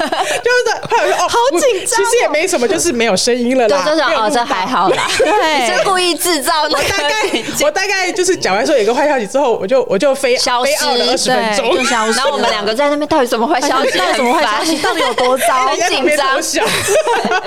[SPEAKER 2] 就是后来我说哦，
[SPEAKER 1] 好
[SPEAKER 2] 不
[SPEAKER 1] 紧张
[SPEAKER 2] 其实也没什么，就是没有声音了啦，
[SPEAKER 3] 对，就是
[SPEAKER 2] 没有
[SPEAKER 3] 哦，
[SPEAKER 2] 录
[SPEAKER 3] 这
[SPEAKER 2] 到
[SPEAKER 3] 还好啦。
[SPEAKER 1] 对
[SPEAKER 3] 你是故意制造那
[SPEAKER 2] 大
[SPEAKER 3] 个
[SPEAKER 2] 概
[SPEAKER 3] 情
[SPEAKER 2] 我
[SPEAKER 3] 境
[SPEAKER 2] 大概就是讲完说有一个坏消息之后，我就我就飞
[SPEAKER 3] 消
[SPEAKER 2] 飞傲了二
[SPEAKER 3] 失，
[SPEAKER 2] 十分钟
[SPEAKER 1] 对，就消 失了
[SPEAKER 3] 然后我们两个在那边到底什么坏消 息？
[SPEAKER 1] 到底什么坏消息
[SPEAKER 3] 很烦
[SPEAKER 1] 到底有多糟
[SPEAKER 3] 很
[SPEAKER 2] 在旁
[SPEAKER 3] 紧
[SPEAKER 2] 边
[SPEAKER 3] 张
[SPEAKER 2] 偷。笑。
[SPEAKER 1] 他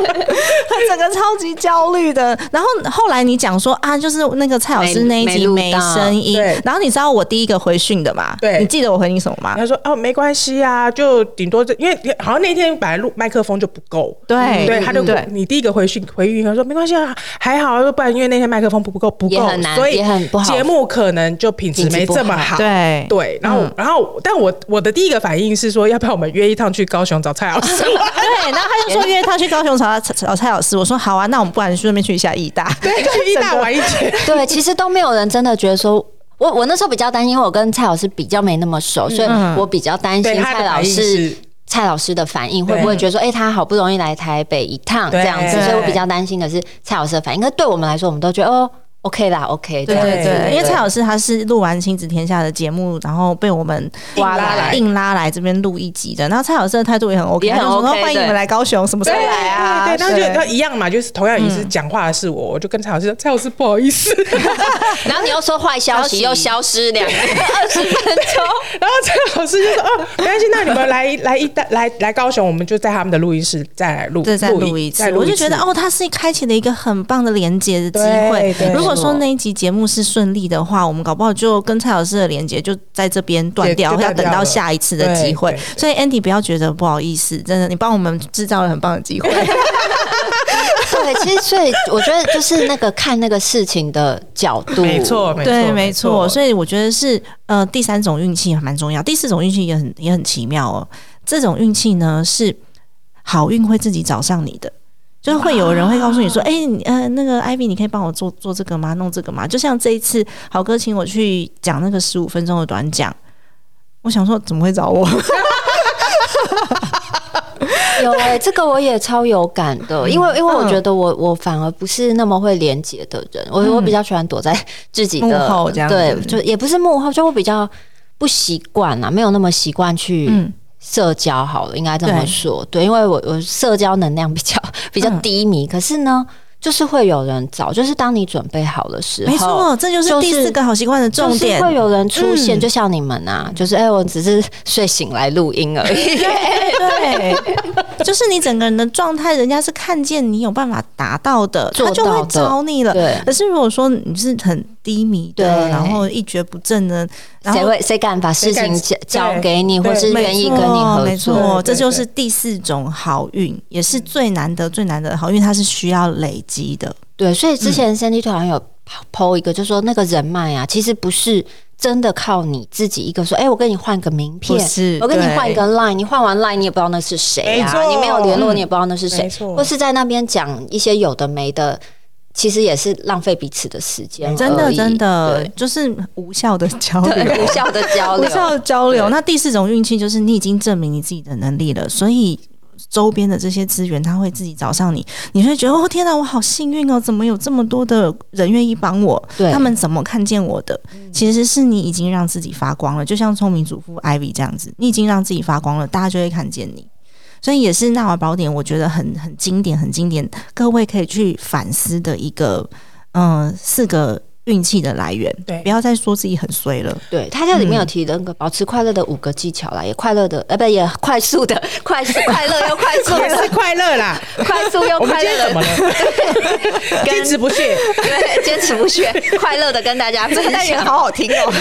[SPEAKER 1] 整个超级焦虑的。然后后来你讲说啊，就是那个蔡老师那一集没
[SPEAKER 3] 没没录到
[SPEAKER 1] 声音
[SPEAKER 2] 对，
[SPEAKER 1] 然后你知道我第一个回讯的嘛？
[SPEAKER 2] 对
[SPEAKER 1] 你记得我回你什么吗？
[SPEAKER 2] 他说哦，没关系啊，就顶多这，因为好像那天本来录麦克风就不够，
[SPEAKER 1] 嗯哎对
[SPEAKER 2] 对，他就
[SPEAKER 1] 对
[SPEAKER 2] 你第一个回讯回应他说没关系啊，还好啊，不然因为那天麦克风不不够不
[SPEAKER 3] 也
[SPEAKER 2] 够
[SPEAKER 3] 很，难
[SPEAKER 2] 所以
[SPEAKER 3] 也很不好
[SPEAKER 2] 节目可能就品质
[SPEAKER 3] 品质
[SPEAKER 2] 没
[SPEAKER 3] 不
[SPEAKER 2] 这么
[SPEAKER 3] 好
[SPEAKER 2] 好，
[SPEAKER 1] 对
[SPEAKER 2] 对，然后
[SPEAKER 1] 嗯
[SPEAKER 2] 然后但我我的第一个反应是说，要不要我们约一趟去高雄找蔡老师玩？
[SPEAKER 1] 对，然后他就说约他去高雄找他 找蔡老师，我说好啊，那我们不然顺便去一下义大。
[SPEAKER 2] 对，去一大玩一天。
[SPEAKER 3] 对，其实都没有人真的觉得说。我我那时候比较担心，因为我跟蔡老师比较没那么熟，所以我比较担
[SPEAKER 2] 对
[SPEAKER 3] 心
[SPEAKER 2] 他的
[SPEAKER 3] 蔡老
[SPEAKER 2] 反应
[SPEAKER 3] 师
[SPEAKER 2] 是
[SPEAKER 3] 蔡老师的反应会
[SPEAKER 2] 对
[SPEAKER 3] 不会觉得说，哎、他好不容易来台北一趟
[SPEAKER 2] 对
[SPEAKER 3] 这样子，
[SPEAKER 2] 对
[SPEAKER 3] 所以我比较担心的是蔡老师的反应。可是对我们来说，我们都觉得哦，OK 啦，OK
[SPEAKER 1] 对
[SPEAKER 3] 这样
[SPEAKER 1] 对
[SPEAKER 2] 对
[SPEAKER 1] 对，
[SPEAKER 2] 对
[SPEAKER 1] 因为蔡老师他是录完《亲子天下》的节目，然后被我们
[SPEAKER 3] 挖来
[SPEAKER 1] 硬拉来这边录一集的。然后蔡老师的态度也很 OK，
[SPEAKER 3] 也
[SPEAKER 1] 他
[SPEAKER 3] 很
[SPEAKER 1] 就说
[SPEAKER 3] OK，
[SPEAKER 1] 欢迎你们
[SPEAKER 3] 对
[SPEAKER 1] 来高雄，什么时候来啊？
[SPEAKER 2] 对，那就那一样嘛，就是同样也
[SPEAKER 3] 嗯
[SPEAKER 2] 是讲话的是我，我就跟蔡老师说，蔡老师 不好意思，
[SPEAKER 3] 然后你又说坏消息，又消失两 二十分钟，
[SPEAKER 2] 然后蔡老师就说：“哦，没关系，那你们来来一大来来高雄，我们就在他们的录音室再来录，
[SPEAKER 1] 对，再录一次，我就觉得，哦，它是开启了一个很棒的连接的机会
[SPEAKER 2] 对对。
[SPEAKER 1] 如果说
[SPEAKER 3] 没错
[SPEAKER 1] 那一集节目是顺利的话，我们搞不好就跟蔡老师的连接就在这边断掉，
[SPEAKER 2] 对就
[SPEAKER 1] 要
[SPEAKER 2] 断掉
[SPEAKER 1] 等
[SPEAKER 2] 了
[SPEAKER 1] 到下一次的机会
[SPEAKER 2] 对对。
[SPEAKER 1] 所以 Andy 不要觉得不好意思，真的，你帮我们制造了很棒的机会。
[SPEAKER 3] 对，其实所以我觉得就是那个看那个事情的角度，
[SPEAKER 2] 没错，没错，
[SPEAKER 1] 对，没错。所
[SPEAKER 2] 以
[SPEAKER 1] 以我觉得是呃，第三种运气还蛮重要，第四种运气也很也很奇妙哦。这种运气呢是好运会自己找上你的。就是会有人会告诉你说：“哎、你呃，那个 Ivy，你可以帮我做做这个吗？弄这个吗？”就像这一次，好哥请我去讲那个十五分钟的短讲，我想说怎么会找我？
[SPEAKER 3] 有哎、这个我也超有感的，因为因为我
[SPEAKER 1] 嗯
[SPEAKER 3] 觉得我我反而不是那么会连接的人，我我比较喜欢躲在自己的
[SPEAKER 1] 幕后这样子
[SPEAKER 3] 对，就也不是幕后，就我比较不习惯啊，没有那么习惯去。
[SPEAKER 1] 嗯
[SPEAKER 3] 社交好了，应该这
[SPEAKER 1] 对
[SPEAKER 3] 么说，对，因为我我社交能量比较 比较
[SPEAKER 1] 嗯
[SPEAKER 3] 低迷，可是呢，就是会有人找，就是当你准备好的时候，
[SPEAKER 1] 没错，这就是第四个好习惯的重点。
[SPEAKER 3] 就是会有人出现，
[SPEAKER 1] 嗯
[SPEAKER 3] 就像你们啊，就是哎、我只是睡醒来录音而 已。
[SPEAKER 1] 对， 就是你整个人的状态，人家是看见你有办法达到的，
[SPEAKER 3] 做
[SPEAKER 1] 他就
[SPEAKER 3] 到
[SPEAKER 1] 会
[SPEAKER 3] 的
[SPEAKER 1] 找你了。
[SPEAKER 3] 对
[SPEAKER 1] 可是如果说你是很低迷
[SPEAKER 3] 对
[SPEAKER 1] 的，然后一蹶不振的，然
[SPEAKER 3] 谁
[SPEAKER 1] 后
[SPEAKER 3] 会谁敢把
[SPEAKER 2] 谁
[SPEAKER 3] 事情
[SPEAKER 2] 敢
[SPEAKER 3] 交
[SPEAKER 2] 对
[SPEAKER 3] 交给你，
[SPEAKER 2] 对
[SPEAKER 3] 或是
[SPEAKER 2] 没
[SPEAKER 3] 愿意跟你合
[SPEAKER 1] 没
[SPEAKER 3] 作？
[SPEAKER 1] 错，
[SPEAKER 2] 对对
[SPEAKER 1] 这
[SPEAKER 2] 对
[SPEAKER 1] 就是第四种好运，也是最难得、最难得的好运，它是需要累积的。
[SPEAKER 3] 对，所以之
[SPEAKER 1] 嗯
[SPEAKER 3] 前三 D 团有抛一个，就说那个人脉啊，其实不是真的靠你自己一个说，哎、我跟你换个名片
[SPEAKER 1] 不是，
[SPEAKER 3] 我跟你
[SPEAKER 1] 对
[SPEAKER 3] 换一个 Line，你换完 Line 你也不知道那是谁
[SPEAKER 2] 没
[SPEAKER 3] 啊，
[SPEAKER 2] 错
[SPEAKER 3] 你没有联络你也不知道那是谁啊
[SPEAKER 2] 没，错
[SPEAKER 3] 或是在那边讲一些有的没的。其实也是浪费彼此的时间，
[SPEAKER 1] 真的，真的
[SPEAKER 3] 对，
[SPEAKER 1] 就是无效的交流。
[SPEAKER 3] 对，无效的交
[SPEAKER 1] 哦 无
[SPEAKER 3] 流，
[SPEAKER 1] 效交流。那第四种运气就是你已经证明你自己的能力了，所以周边的这些资源他会自己找上你，你会觉得哦天哪，我好幸运哦，怎么有这么多的人愿意帮我？
[SPEAKER 3] 对嗯
[SPEAKER 1] 他们怎么看见我的？其实是你已经让自己发光了，就像聪明主妇 Ivy 这样子，你已经让自己发光了，大家就会看见你。所以也是《纳瓦宝典》，我觉得很很经典，很经典，各位可以去反思的一个，嗯、四个运气的来源。
[SPEAKER 2] 对
[SPEAKER 1] 不要再说自己很衰了。
[SPEAKER 3] 对，他在里面有提的那个保持快乐的五个技巧啦，也快乐的，呃，不，也快速的，快速快乐又快速
[SPEAKER 2] 也是
[SPEAKER 3] 的，
[SPEAKER 2] 快乐啦。
[SPEAKER 3] 快速又
[SPEAKER 2] 我们
[SPEAKER 3] 快
[SPEAKER 2] 今天
[SPEAKER 3] 乐
[SPEAKER 2] 怎么
[SPEAKER 3] 的，
[SPEAKER 2] 了？坚持不懈，
[SPEAKER 3] 对，坚持不懈，快乐的跟大家分享。
[SPEAKER 1] 好听 哦。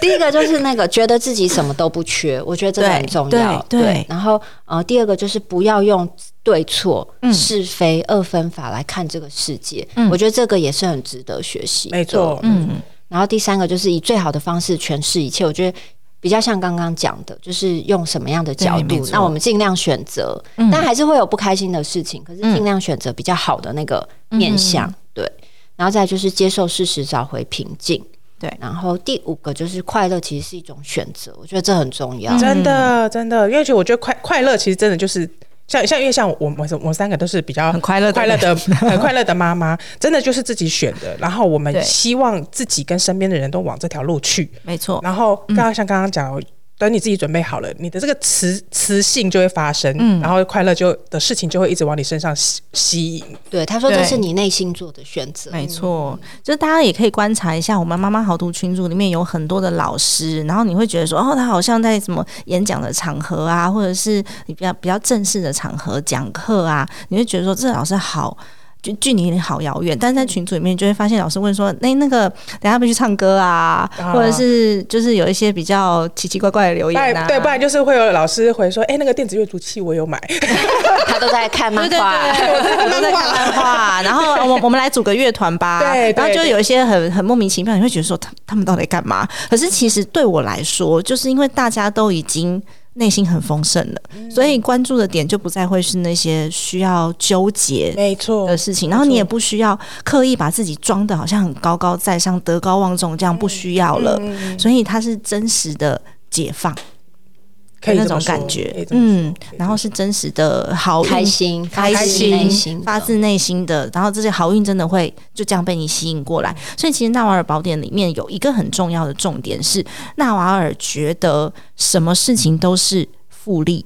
[SPEAKER 3] 第一个就是那个觉得自己什么都不缺，我觉得这个
[SPEAKER 1] 对
[SPEAKER 3] 很重要。
[SPEAKER 1] 对对
[SPEAKER 3] 然后呃，第二个就是不要用对错、
[SPEAKER 1] 嗯
[SPEAKER 3] 是非二分法来看这个世界，
[SPEAKER 1] 嗯
[SPEAKER 3] 我觉得这个也是很值得学习。
[SPEAKER 2] 没错，
[SPEAKER 1] 嗯，
[SPEAKER 3] 然后第三个就是以最好的方式诠释一切，我觉得。比较像刚刚讲的，就是用什么样的角
[SPEAKER 1] 对没
[SPEAKER 3] 度
[SPEAKER 1] 错，
[SPEAKER 3] 那我们尽量选择，
[SPEAKER 1] 嗯
[SPEAKER 3] 但还是会有不开心的事情，可是尽量选择比较好的那个面
[SPEAKER 1] 嗯
[SPEAKER 3] 向，对。然后再就是接受事实，找回平静，
[SPEAKER 1] 对
[SPEAKER 3] 然后第五个就是快乐，其实是一种选择，我觉得这很重
[SPEAKER 1] 嗯
[SPEAKER 3] 要。
[SPEAKER 2] 真的真的，因为其实我觉得快快乐其实真的就是。像像因为像我我们我们三个都是比较
[SPEAKER 1] 很快乐的
[SPEAKER 2] 快乐的很快乐的妈妈， 真的就是自己选的。然后我们
[SPEAKER 1] 对
[SPEAKER 2] 希望自己跟身边的人都往这条路去，
[SPEAKER 1] 没错，
[SPEAKER 2] 然后刚刚像刚刚讲，等你自己准备好了，你的这个磁磁性就会发生，
[SPEAKER 1] 嗯
[SPEAKER 2] 然后快乐就的事情就会一直往你身上吸吸引。
[SPEAKER 3] 对，他说这
[SPEAKER 1] 对
[SPEAKER 3] 是你内心做的选
[SPEAKER 2] 嗯
[SPEAKER 3] 择。
[SPEAKER 1] 没错，就是大家也可以观察一下，我们妈妈好读群组里面有很多的老师，然后你会觉得说，哦，他好像在什么演讲的场合啊，或者是你比较比较正式的场合讲课啊，你会觉得说这老师好。就距离好遥远，但是在群组里面你就会发现，老师问说：“那、那个等一下不去唱歌啊，
[SPEAKER 2] 啊
[SPEAKER 1] 或者是就是有一些比较奇奇怪怪的留
[SPEAKER 2] 不
[SPEAKER 1] 言啊，
[SPEAKER 2] 然对，不然就是会有老师回说，哎、那个电子阅读器我有买，
[SPEAKER 3] 他都在看漫
[SPEAKER 1] 对对
[SPEAKER 3] 画。
[SPEAKER 1] 对，我都在看漫画。然后我我们来组个乐团吧。
[SPEAKER 2] 对对
[SPEAKER 1] 然后就
[SPEAKER 2] 对
[SPEAKER 1] 有一些很很莫名其妙，你会觉得说他他们到底干嘛？可是其实对我来说，就是因为大家都已经。内心很丰盛
[SPEAKER 2] 嗯
[SPEAKER 1] 了，所以关注的点就不再会是那些需要纠结
[SPEAKER 2] 没错
[SPEAKER 1] 的，事情，然后你也不需要刻意把自己装的好像很高高在上、德高望重，这样不需要了。
[SPEAKER 2] 嗯
[SPEAKER 1] 所以它是真实的解放，
[SPEAKER 2] 可以
[SPEAKER 1] 那
[SPEAKER 2] 这
[SPEAKER 1] 种
[SPEAKER 2] 么说
[SPEAKER 1] 感觉，
[SPEAKER 2] 嗯
[SPEAKER 1] 嗯，，然后是真实的好运
[SPEAKER 3] 开心，
[SPEAKER 1] 开
[SPEAKER 3] 发自
[SPEAKER 1] 心、
[SPEAKER 3] 内心的
[SPEAKER 1] 发自内心的，然后这些好运真的会就这样被你吸引过来。所以其实《纳瓦尔宝典》里面有一个很重要的重点是，纳瓦尔觉得什么事情都是复利。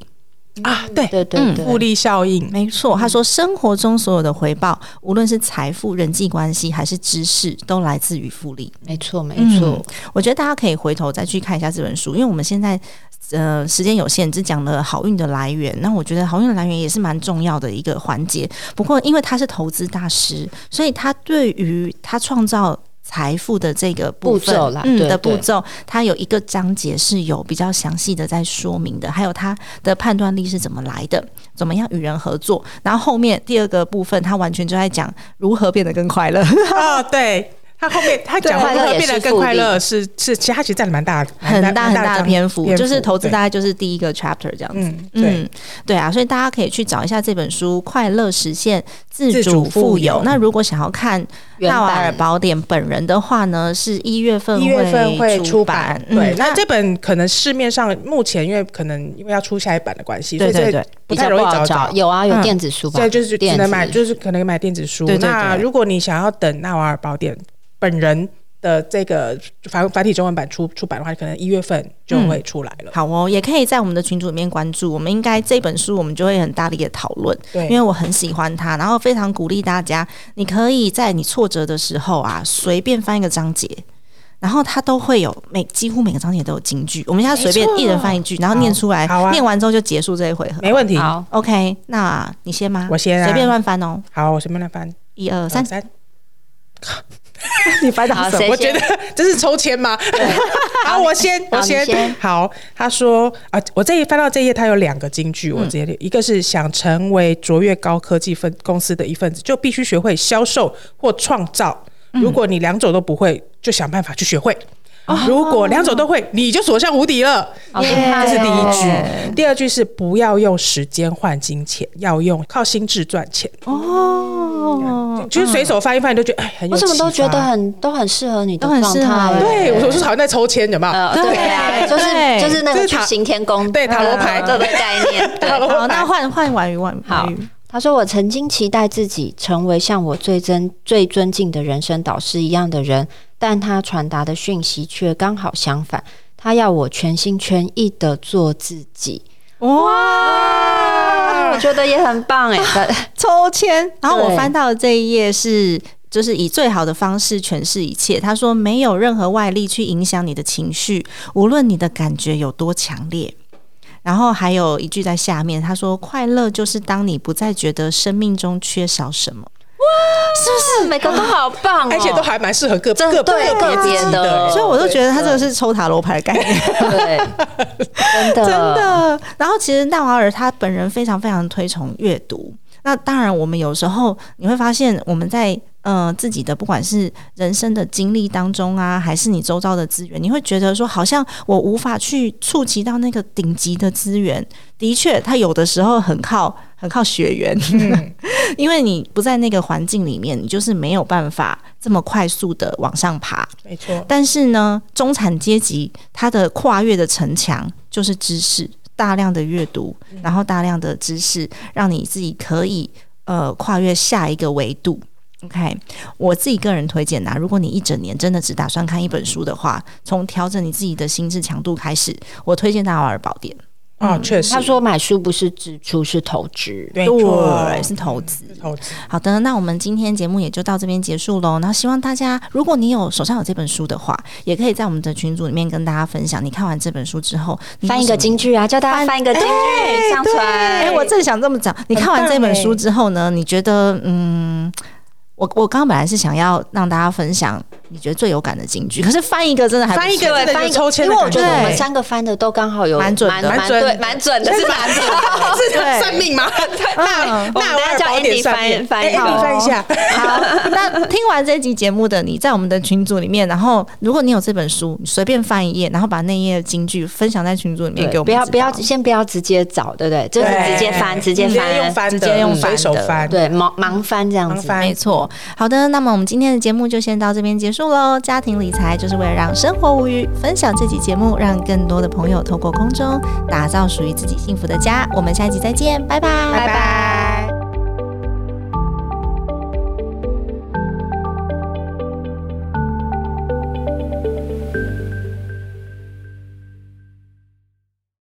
[SPEAKER 2] 啊，对，
[SPEAKER 3] 对对
[SPEAKER 1] 嗯
[SPEAKER 3] 对，
[SPEAKER 2] 复利效 应，
[SPEAKER 1] 没错，他说生活中所有的回报，无论是财富、人际关系还是知识，都来自于复利。
[SPEAKER 3] 没错没
[SPEAKER 1] 嗯
[SPEAKER 3] 错，
[SPEAKER 1] 我觉得大家可以回头再去看一下这本书，因为我们现在呃时间有限，只讲了好运的来源。那我觉得好运的来源也是蛮重要的一个环节。不过因为他是投资大师，所以他对于他创造。财富的这个部分
[SPEAKER 3] 步骤啦
[SPEAKER 1] 嗯
[SPEAKER 3] 对
[SPEAKER 1] 的
[SPEAKER 3] 对
[SPEAKER 1] 步骤，它有一个章节是有比较详细的在说明的，还有他的判断力是怎么来的，怎么样与人合作，然后后面第二个部分，他完全就在讲如何变得更快乐。
[SPEAKER 2] 哦，对。他后面他讲
[SPEAKER 3] 快乐
[SPEAKER 2] 如何
[SPEAKER 3] 也
[SPEAKER 2] 变
[SPEAKER 3] 是
[SPEAKER 2] 得更
[SPEAKER 3] 复利
[SPEAKER 2] 快乐是是，其实他其实占了蛮大
[SPEAKER 1] 很大很大的篇幅，就是投资
[SPEAKER 2] 大
[SPEAKER 1] 大概就是第一个 chapter 这样子。
[SPEAKER 2] 嗯对，
[SPEAKER 1] 对啊，所以大家可以去找一下这本书《快乐实现自
[SPEAKER 2] 自
[SPEAKER 1] 主
[SPEAKER 2] 主
[SPEAKER 1] 富
[SPEAKER 2] 富
[SPEAKER 1] 有》。
[SPEAKER 2] 有
[SPEAKER 1] 那如果想要看《
[SPEAKER 3] 原
[SPEAKER 1] 纳瓦尔
[SPEAKER 3] 版
[SPEAKER 1] 宝典》本人的话呢，是一月份
[SPEAKER 2] 一月份
[SPEAKER 1] 嗯
[SPEAKER 2] 会
[SPEAKER 1] 出嗯
[SPEAKER 2] 出版，对，那这本可能市面上目前因为可能因为要出下一版的关系，所
[SPEAKER 1] 对
[SPEAKER 2] 以
[SPEAKER 1] 对
[SPEAKER 2] 这
[SPEAKER 1] 对
[SPEAKER 2] 不
[SPEAKER 3] 比
[SPEAKER 2] 太
[SPEAKER 3] 较
[SPEAKER 2] 容易
[SPEAKER 3] 不好
[SPEAKER 2] 找。
[SPEAKER 3] 有啊，有
[SPEAKER 1] 嗯
[SPEAKER 3] 电子书吧？
[SPEAKER 2] 所以就是只
[SPEAKER 3] 电
[SPEAKER 2] 能
[SPEAKER 3] 子
[SPEAKER 2] 买，就是可能买电子书。
[SPEAKER 1] 对对
[SPEAKER 2] 那
[SPEAKER 1] 对
[SPEAKER 2] 如果你想要等纳瓦尔宝典本人的这个繁繁体中文版出出版的话，可能一月份就会出来了。
[SPEAKER 1] 好哦，也可以在我们的群组里面关注。我们应该这本书，我们就会很大力的讨论，
[SPEAKER 2] 对
[SPEAKER 1] 因为我很喜欢它，然后非常鼓励大家，你可以在你挫折的时候啊，随便翻一个章节。然后它都会有每几乎每个章节都有金句，我们现在随便
[SPEAKER 2] 没错
[SPEAKER 1] 一人翻一句，然后念出来，
[SPEAKER 2] 好啊
[SPEAKER 1] 念完之后就结束这一回合。
[SPEAKER 2] 没问题。
[SPEAKER 3] 好，
[SPEAKER 1] OK，那你先吗？
[SPEAKER 2] 我先啊
[SPEAKER 1] 随便乱翻哦，
[SPEAKER 2] 好，我随便来翻。
[SPEAKER 1] 一二三，
[SPEAKER 2] 三，
[SPEAKER 1] 你翻到
[SPEAKER 3] 好
[SPEAKER 1] 什么？
[SPEAKER 3] 谁
[SPEAKER 2] 我觉得这是抽签吗？ 好，我先，
[SPEAKER 3] 好
[SPEAKER 2] 我
[SPEAKER 3] 你先
[SPEAKER 2] 好，他说啊，我这一翻到这一页，它有两个金句，我直
[SPEAKER 3] 嗯
[SPEAKER 2] 接念、一个是想成为卓越高科技分公司的一份子，就必须学会销售或创造。
[SPEAKER 3] 嗯
[SPEAKER 2] 如果你两种都不会，就想办法去学会。
[SPEAKER 3] 哦
[SPEAKER 2] 如果两种都会，你就所向无敌了。
[SPEAKER 3] 好厉害
[SPEAKER 2] 这是第一
[SPEAKER 3] 哦
[SPEAKER 2] 句，第二句是不要用时间换金钱，要用靠心智赚钱。
[SPEAKER 1] 哦，
[SPEAKER 2] 就是随手翻一翻，你就觉得哎，很有
[SPEAKER 3] 我怎么都
[SPEAKER 2] 启
[SPEAKER 3] 觉
[SPEAKER 2] 发
[SPEAKER 3] 得很都很适合你的
[SPEAKER 1] 都很
[SPEAKER 3] 状
[SPEAKER 1] 适合
[SPEAKER 3] 态。
[SPEAKER 1] 对
[SPEAKER 2] 对，我就是好像在抽签，有没有？
[SPEAKER 3] 呃，对啊，
[SPEAKER 1] 对
[SPEAKER 3] 就是
[SPEAKER 1] 对
[SPEAKER 3] 就是那
[SPEAKER 2] 这是
[SPEAKER 3] 个去
[SPEAKER 2] 塔
[SPEAKER 3] 行天宫
[SPEAKER 2] 对塔罗
[SPEAKER 3] 呃
[SPEAKER 2] 牌
[SPEAKER 3] 这个概 念。对，
[SPEAKER 1] 好，那换换婉瑜，婉
[SPEAKER 3] 好
[SPEAKER 1] 瑜，
[SPEAKER 3] 他说：“我曾经期待自己成为像我最尊最尊敬的人生导师一样的人，但他传达的讯息却刚好相反。他要我全心全意的做自己。
[SPEAKER 2] 啊
[SPEAKER 3] 哇，我觉得也很 棒哎、
[SPEAKER 1] 抽签。然后我
[SPEAKER 3] 对
[SPEAKER 1] 翻到的这一页是，就是以最好的方式诠释一切。他说，没有任何外力去影响你的情绪，无论你的感觉有多强烈。然后还有一句在下面，他说：“快乐就是当你不再觉得生命中缺少什么。
[SPEAKER 3] 是每个都好棒、哦，
[SPEAKER 2] 而且都还蛮适合各
[SPEAKER 3] 真
[SPEAKER 2] 各
[SPEAKER 3] 对
[SPEAKER 2] 个
[SPEAKER 3] 个
[SPEAKER 2] 别
[SPEAKER 3] 别
[SPEAKER 2] 自己
[SPEAKER 3] 的
[SPEAKER 2] 的”
[SPEAKER 3] 哦
[SPEAKER 2] 人。
[SPEAKER 1] 所以我都觉得他这个是抽塔罗牌的概念。
[SPEAKER 3] 对，真
[SPEAKER 1] 真
[SPEAKER 3] 的
[SPEAKER 1] 的。然后其实纳瓦尔他本人非常非常推崇阅读。那当然，我们有时候你会发现，我们在呃自己的不管是人生的经历当中啊，还是你周遭的资源，你会觉得说，好像我无法去触及到那个顶级的资源。的确，它有的时候很靠 很靠血缘，因为你不在那个环境里面，你就是没有办法这么快速的往上爬。
[SPEAKER 2] 没错，
[SPEAKER 1] 但是呢，中产阶级它的跨越的城墙就是知识，大量的阅读，
[SPEAKER 2] 嗯
[SPEAKER 1] 然后大量的知识，让你自己可以呃跨越下一个维度。 OK，我自己个人推荐呐、如果你一整年真的只打算看一本书的话，从调整你自己的心智强度开始，我推荐《大瓦尔宝典》。
[SPEAKER 2] 啊，确实，
[SPEAKER 3] 嗯他说买书不是支出，是投资。
[SPEAKER 2] 没错，
[SPEAKER 1] 是投资。
[SPEAKER 2] 投资
[SPEAKER 1] 好的，那我们今天节目也就到这边结束喽。然后希望大家，如果你有手上有这本书的话，也可以在我们的群组里面跟大家分享，你看完这本书之后，你有
[SPEAKER 3] 翻一
[SPEAKER 1] 什
[SPEAKER 3] 个
[SPEAKER 1] 么
[SPEAKER 3] 京剧啊，教大家翻一个京剧上传。
[SPEAKER 1] 哎、我正想这么讲。你看完这
[SPEAKER 3] 欸
[SPEAKER 1] 本书之后呢，你觉得嗯，我我刚刚本来是想要让大家分享你觉得最有感的金句，可是翻一个真的还不
[SPEAKER 2] 翻一
[SPEAKER 1] 错
[SPEAKER 2] 个真的有抽签
[SPEAKER 3] 因
[SPEAKER 2] 的
[SPEAKER 3] 为我
[SPEAKER 2] 感
[SPEAKER 3] 觉
[SPEAKER 2] 觉
[SPEAKER 3] 得我们
[SPEAKER 1] 对
[SPEAKER 3] 三个翻的都刚好有
[SPEAKER 1] 蛮准的
[SPEAKER 3] 蛮
[SPEAKER 2] 蛮
[SPEAKER 3] 对，
[SPEAKER 2] 准
[SPEAKER 3] 蛮准的，是蛮准的。
[SPEAKER 2] 是
[SPEAKER 1] 对
[SPEAKER 2] 算命吗？ 那
[SPEAKER 1] 嗯
[SPEAKER 3] 我们
[SPEAKER 2] 那
[SPEAKER 3] 等下叫 Andy 翻翻
[SPEAKER 2] 哎
[SPEAKER 3] 好
[SPEAKER 2] ，Andy 翻一下。
[SPEAKER 1] 好，那听完这集节目的你，在我们的群组里面，然后如果你有这本书，你随便翻一页，然后把那页的金句分享在群组里面给
[SPEAKER 3] 对
[SPEAKER 1] 我们
[SPEAKER 3] 不要
[SPEAKER 1] 知
[SPEAKER 3] 不要，
[SPEAKER 1] 道
[SPEAKER 3] 先不要直接找，对不对？就是
[SPEAKER 2] 对
[SPEAKER 3] 直接翻，直接
[SPEAKER 2] 用
[SPEAKER 3] 翻，
[SPEAKER 2] 翻的，
[SPEAKER 1] 直接用
[SPEAKER 2] 嗯
[SPEAKER 1] 翻
[SPEAKER 2] 随手
[SPEAKER 1] 的
[SPEAKER 2] 翻，
[SPEAKER 3] 对，盲盲翻这样
[SPEAKER 2] 盲
[SPEAKER 3] 子。
[SPEAKER 2] 翻
[SPEAKER 1] 没错，好的，那么我们今天的节目就先到这边结束喽。家庭理财就是为了让生活无虞，分享这期节目，让更多的朋友透过空中打造属于自己幸福的家。我们下一集再见，拜拜，
[SPEAKER 2] 拜拜。